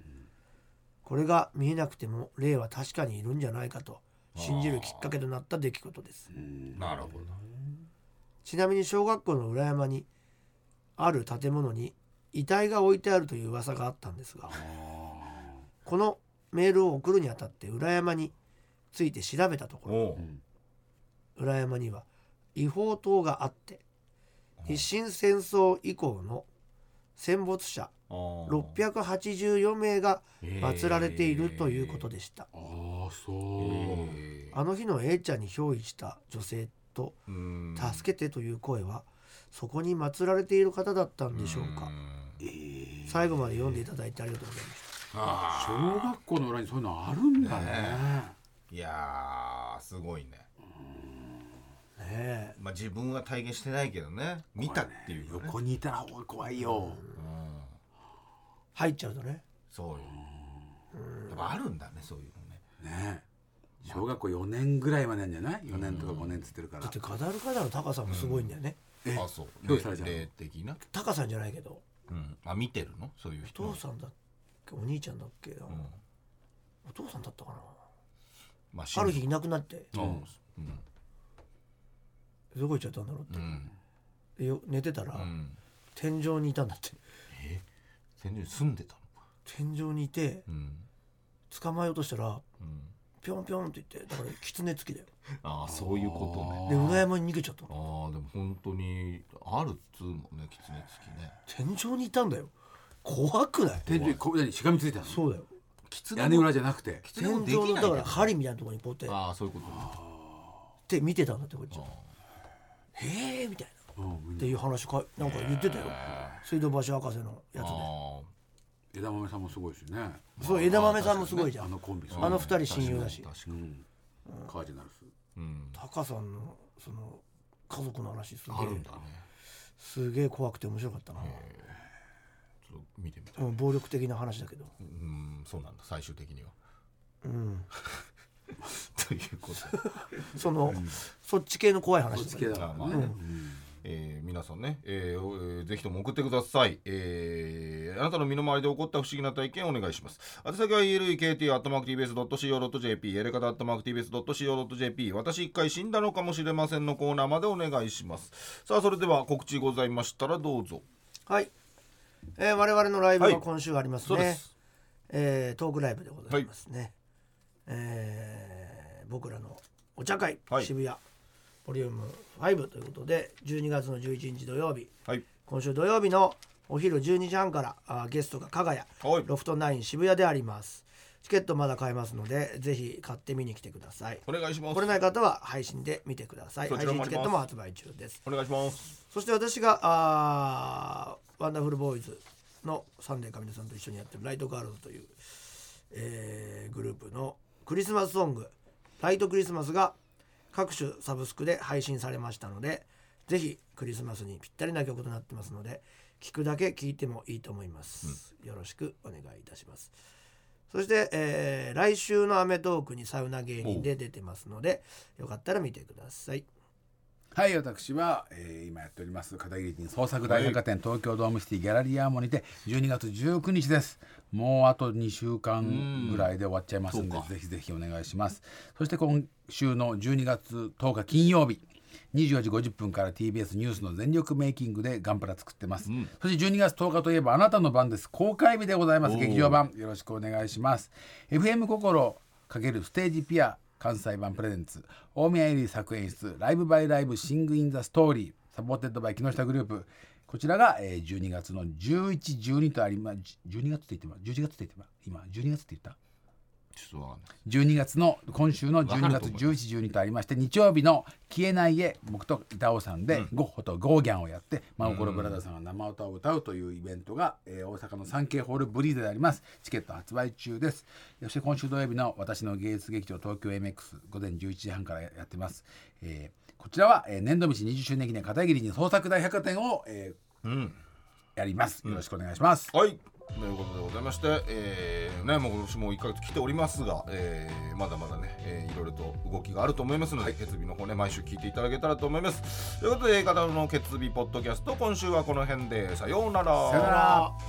[SPEAKER 2] これが見えなくても霊は確かにいるんじゃないかと信じるきっかけとなった出来事です
[SPEAKER 3] なるほど
[SPEAKER 2] ちなみに小学校の裏山にある建物に遺体が置いてあるという噂があったんですがこのメールを送るにあたって裏山について調べたところ
[SPEAKER 3] おう
[SPEAKER 2] 裏山には違法島があって日清戦争以降の戦没者
[SPEAKER 3] あー
[SPEAKER 2] 684名が祀られているということでした、
[SPEAKER 4] ああそう
[SPEAKER 3] え
[SPEAKER 2] あの日の A ちゃんに憑依した女性と
[SPEAKER 3] ーう
[SPEAKER 2] 「
[SPEAKER 3] ん
[SPEAKER 2] 助けて」という声はそこに祀られている方だったんでしょうか最後まで読んでいただいてありがとうございました
[SPEAKER 3] あ
[SPEAKER 4] 小学校の裏にそういうのあるんだね
[SPEAKER 3] ーいやーすごいね
[SPEAKER 2] ねえ
[SPEAKER 3] まあ自分は体験してないけどね見たっていうね
[SPEAKER 4] 横にいたら方が怖いよ
[SPEAKER 3] うん
[SPEAKER 2] 入っちゃうとね
[SPEAKER 3] そうよやっぱあるんだねそういうのね
[SPEAKER 4] ね小学校4年ぐらいまでなんじゃない4年とか5年っつってるから
[SPEAKER 2] だってガダルカダの高さもすごいんだよね、
[SPEAKER 3] あそう
[SPEAKER 4] どうしたらじゃん
[SPEAKER 3] 霊的な
[SPEAKER 2] 高さんじゃないけど
[SPEAKER 3] うんあ見てるのそういう
[SPEAKER 2] お
[SPEAKER 3] 人
[SPEAKER 2] 父さんだっけお兄ちゃんだっけ、お父さんだったかな
[SPEAKER 3] まあ
[SPEAKER 2] ある日いなくなって
[SPEAKER 3] うんうん
[SPEAKER 2] どこ行っちゃったんだろうって
[SPEAKER 3] う、ん
[SPEAKER 2] でよ寝てたら、
[SPEAKER 3] うん
[SPEAKER 2] 天井にいたんだって
[SPEAKER 3] 先住住んでたの
[SPEAKER 2] 天井にいて
[SPEAKER 3] うん
[SPEAKER 2] 捕まえようとしたら
[SPEAKER 3] うん
[SPEAKER 2] ピョンピョンって言ってだから狐付きだよ
[SPEAKER 3] ああそういうことね
[SPEAKER 2] で裏山に逃げちゃったの
[SPEAKER 3] ああでも本当にあるっつうもんね狐付きね
[SPEAKER 2] 天井にいたんだよ怖くない
[SPEAKER 4] 天井こう何しがみついてたの
[SPEAKER 2] そうだよ
[SPEAKER 3] 狐
[SPEAKER 4] 屋根裏じゃなくて
[SPEAKER 3] 狐
[SPEAKER 2] 天
[SPEAKER 3] もで
[SPEAKER 2] 井
[SPEAKER 3] き
[SPEAKER 2] の
[SPEAKER 3] ない
[SPEAKER 2] だ
[SPEAKER 3] けど
[SPEAKER 2] から針みたいなところにポテっ
[SPEAKER 3] ああそういうことね
[SPEAKER 2] て見てたんだってこっちはへえみたいな
[SPEAKER 4] うん
[SPEAKER 2] っていう話かなんか言ってたよ水道橋博士のやつ
[SPEAKER 3] あ
[SPEAKER 4] 枝豆さんもすごいしね
[SPEAKER 2] でそう枝豆さんもすごいじゃ
[SPEAKER 4] あの
[SPEAKER 2] ん
[SPEAKER 4] コンビさん
[SPEAKER 2] あの二人親友だし
[SPEAKER 3] あ確か
[SPEAKER 4] う
[SPEAKER 3] に
[SPEAKER 4] んカージナルス
[SPEAKER 3] うん
[SPEAKER 2] タカさんのその家族の話すげ
[SPEAKER 3] ある
[SPEAKER 2] え
[SPEAKER 3] んだね
[SPEAKER 2] すげえ怖くて面白かったな
[SPEAKER 3] ちょっと見てみたい
[SPEAKER 2] うん暴力的な話だけど
[SPEAKER 3] うんそうなんだ最終的には
[SPEAKER 2] うん
[SPEAKER 3] ということで
[SPEAKER 2] そのそっち系の怖い話
[SPEAKER 4] こっ
[SPEAKER 2] だ
[SPEAKER 4] ち
[SPEAKER 2] け
[SPEAKER 4] 系
[SPEAKER 2] ど
[SPEAKER 4] だか
[SPEAKER 3] まあ
[SPEAKER 4] ら
[SPEAKER 3] ね
[SPEAKER 4] ね
[SPEAKER 3] えー皆さんね、えーおえーぜひとも送ってください、えーあなたの身の回りで起こった不思議な体験をお願いします宛先は elekt.tbs.co.jp やり方 .tbs.co.jp 私一回死んだのかもしれませんのコーナーまでお願いしますさあそれでは告知ございましたらどうぞ
[SPEAKER 2] はい、えー、我々のライブ
[SPEAKER 3] は
[SPEAKER 2] が
[SPEAKER 3] い
[SPEAKER 2] 今週あります
[SPEAKER 3] そう
[SPEAKER 2] ね、
[SPEAKER 3] です
[SPEAKER 2] えートークライブでございますね、えー僕らのお茶会、
[SPEAKER 3] はい
[SPEAKER 2] 渋谷ボリューム5ということで12月の11日土曜日
[SPEAKER 3] はい
[SPEAKER 2] 今週土曜日のお昼12時半からあーゲストが加賀谷
[SPEAKER 3] はい
[SPEAKER 2] ロフト9渋谷でありますチケットまだ買えますのでぜひ買って見に来てください
[SPEAKER 3] お願いします
[SPEAKER 2] 来れない方は配信で見てください
[SPEAKER 3] そち
[SPEAKER 2] 配信
[SPEAKER 3] らもあ
[SPEAKER 2] チ
[SPEAKER 3] ります
[SPEAKER 2] ケットも発売中です
[SPEAKER 3] お願いします
[SPEAKER 2] そして私があーワンダフルボーイズのサンデー神田さんと一緒にやってるライトガールズという、えーグループのクリスマスソング「ライトクリスマス」が各種サブスクで配信されましたのでぜひクリスマスにぴったりな曲となってますので聴くだけ聴いてもいいと思います、よろしくお願いいたしますそして、えー来週の『アメトーーク』にサウナ芸人で出てますのでよかったら見てください
[SPEAKER 4] はい私は、えー今やっております片桐人創作大百貨店東京ドームシティギャラリーアーモにて12月19日ですもうあと2週間ぐらいで終わっちゃいますんで
[SPEAKER 3] そうか
[SPEAKER 4] ぜひぜひお願いしますそして今週の12月10日金曜日24時50分から TBS ニュースの全力メイキングでガンプラ作ってます、そして12月10日といえばあなたの番です公開日でございます
[SPEAKER 3] おー
[SPEAKER 4] 劇場版よろしくお願いします FM 心×ステージピア関西版プレゼンツ大宮エリー作演出ライブバイライブシングインザストーリーサポーテッドバイ木下グループこちらがえー12月の1112とありま12月って言ってます11月って言ってます今12月って言った
[SPEAKER 3] ちょっとわかんない
[SPEAKER 4] 12月の今週の12
[SPEAKER 3] わか
[SPEAKER 4] 月
[SPEAKER 3] ると思
[SPEAKER 4] 11、12とありまして日曜日の「消えない絵」僕と板尾さんでゴッホとゴーギャンをやって真心ブラザーズさんが生歌を歌うというイベントが、えー大阪のサンケイホールブリーザでありますチケット発売中ですそして今週土曜日の私の芸術劇場東京 MX 午前11時半からやってます、えーこちらは、えー年度道20周年記念片桐に創作大百貨店を、えーやりますよろしくお願いします、
[SPEAKER 3] はいということでございまして、えーね、もう今年も1ヶ月来ておりますが、えーまだまだね、えーいろいろと動きがあると思いますので、決日の方ね、毎週聞いていただけたらと思います。ということで、A 型の決日ポッドキャスト、今週はこの辺で、さようなら。
[SPEAKER 4] さよなら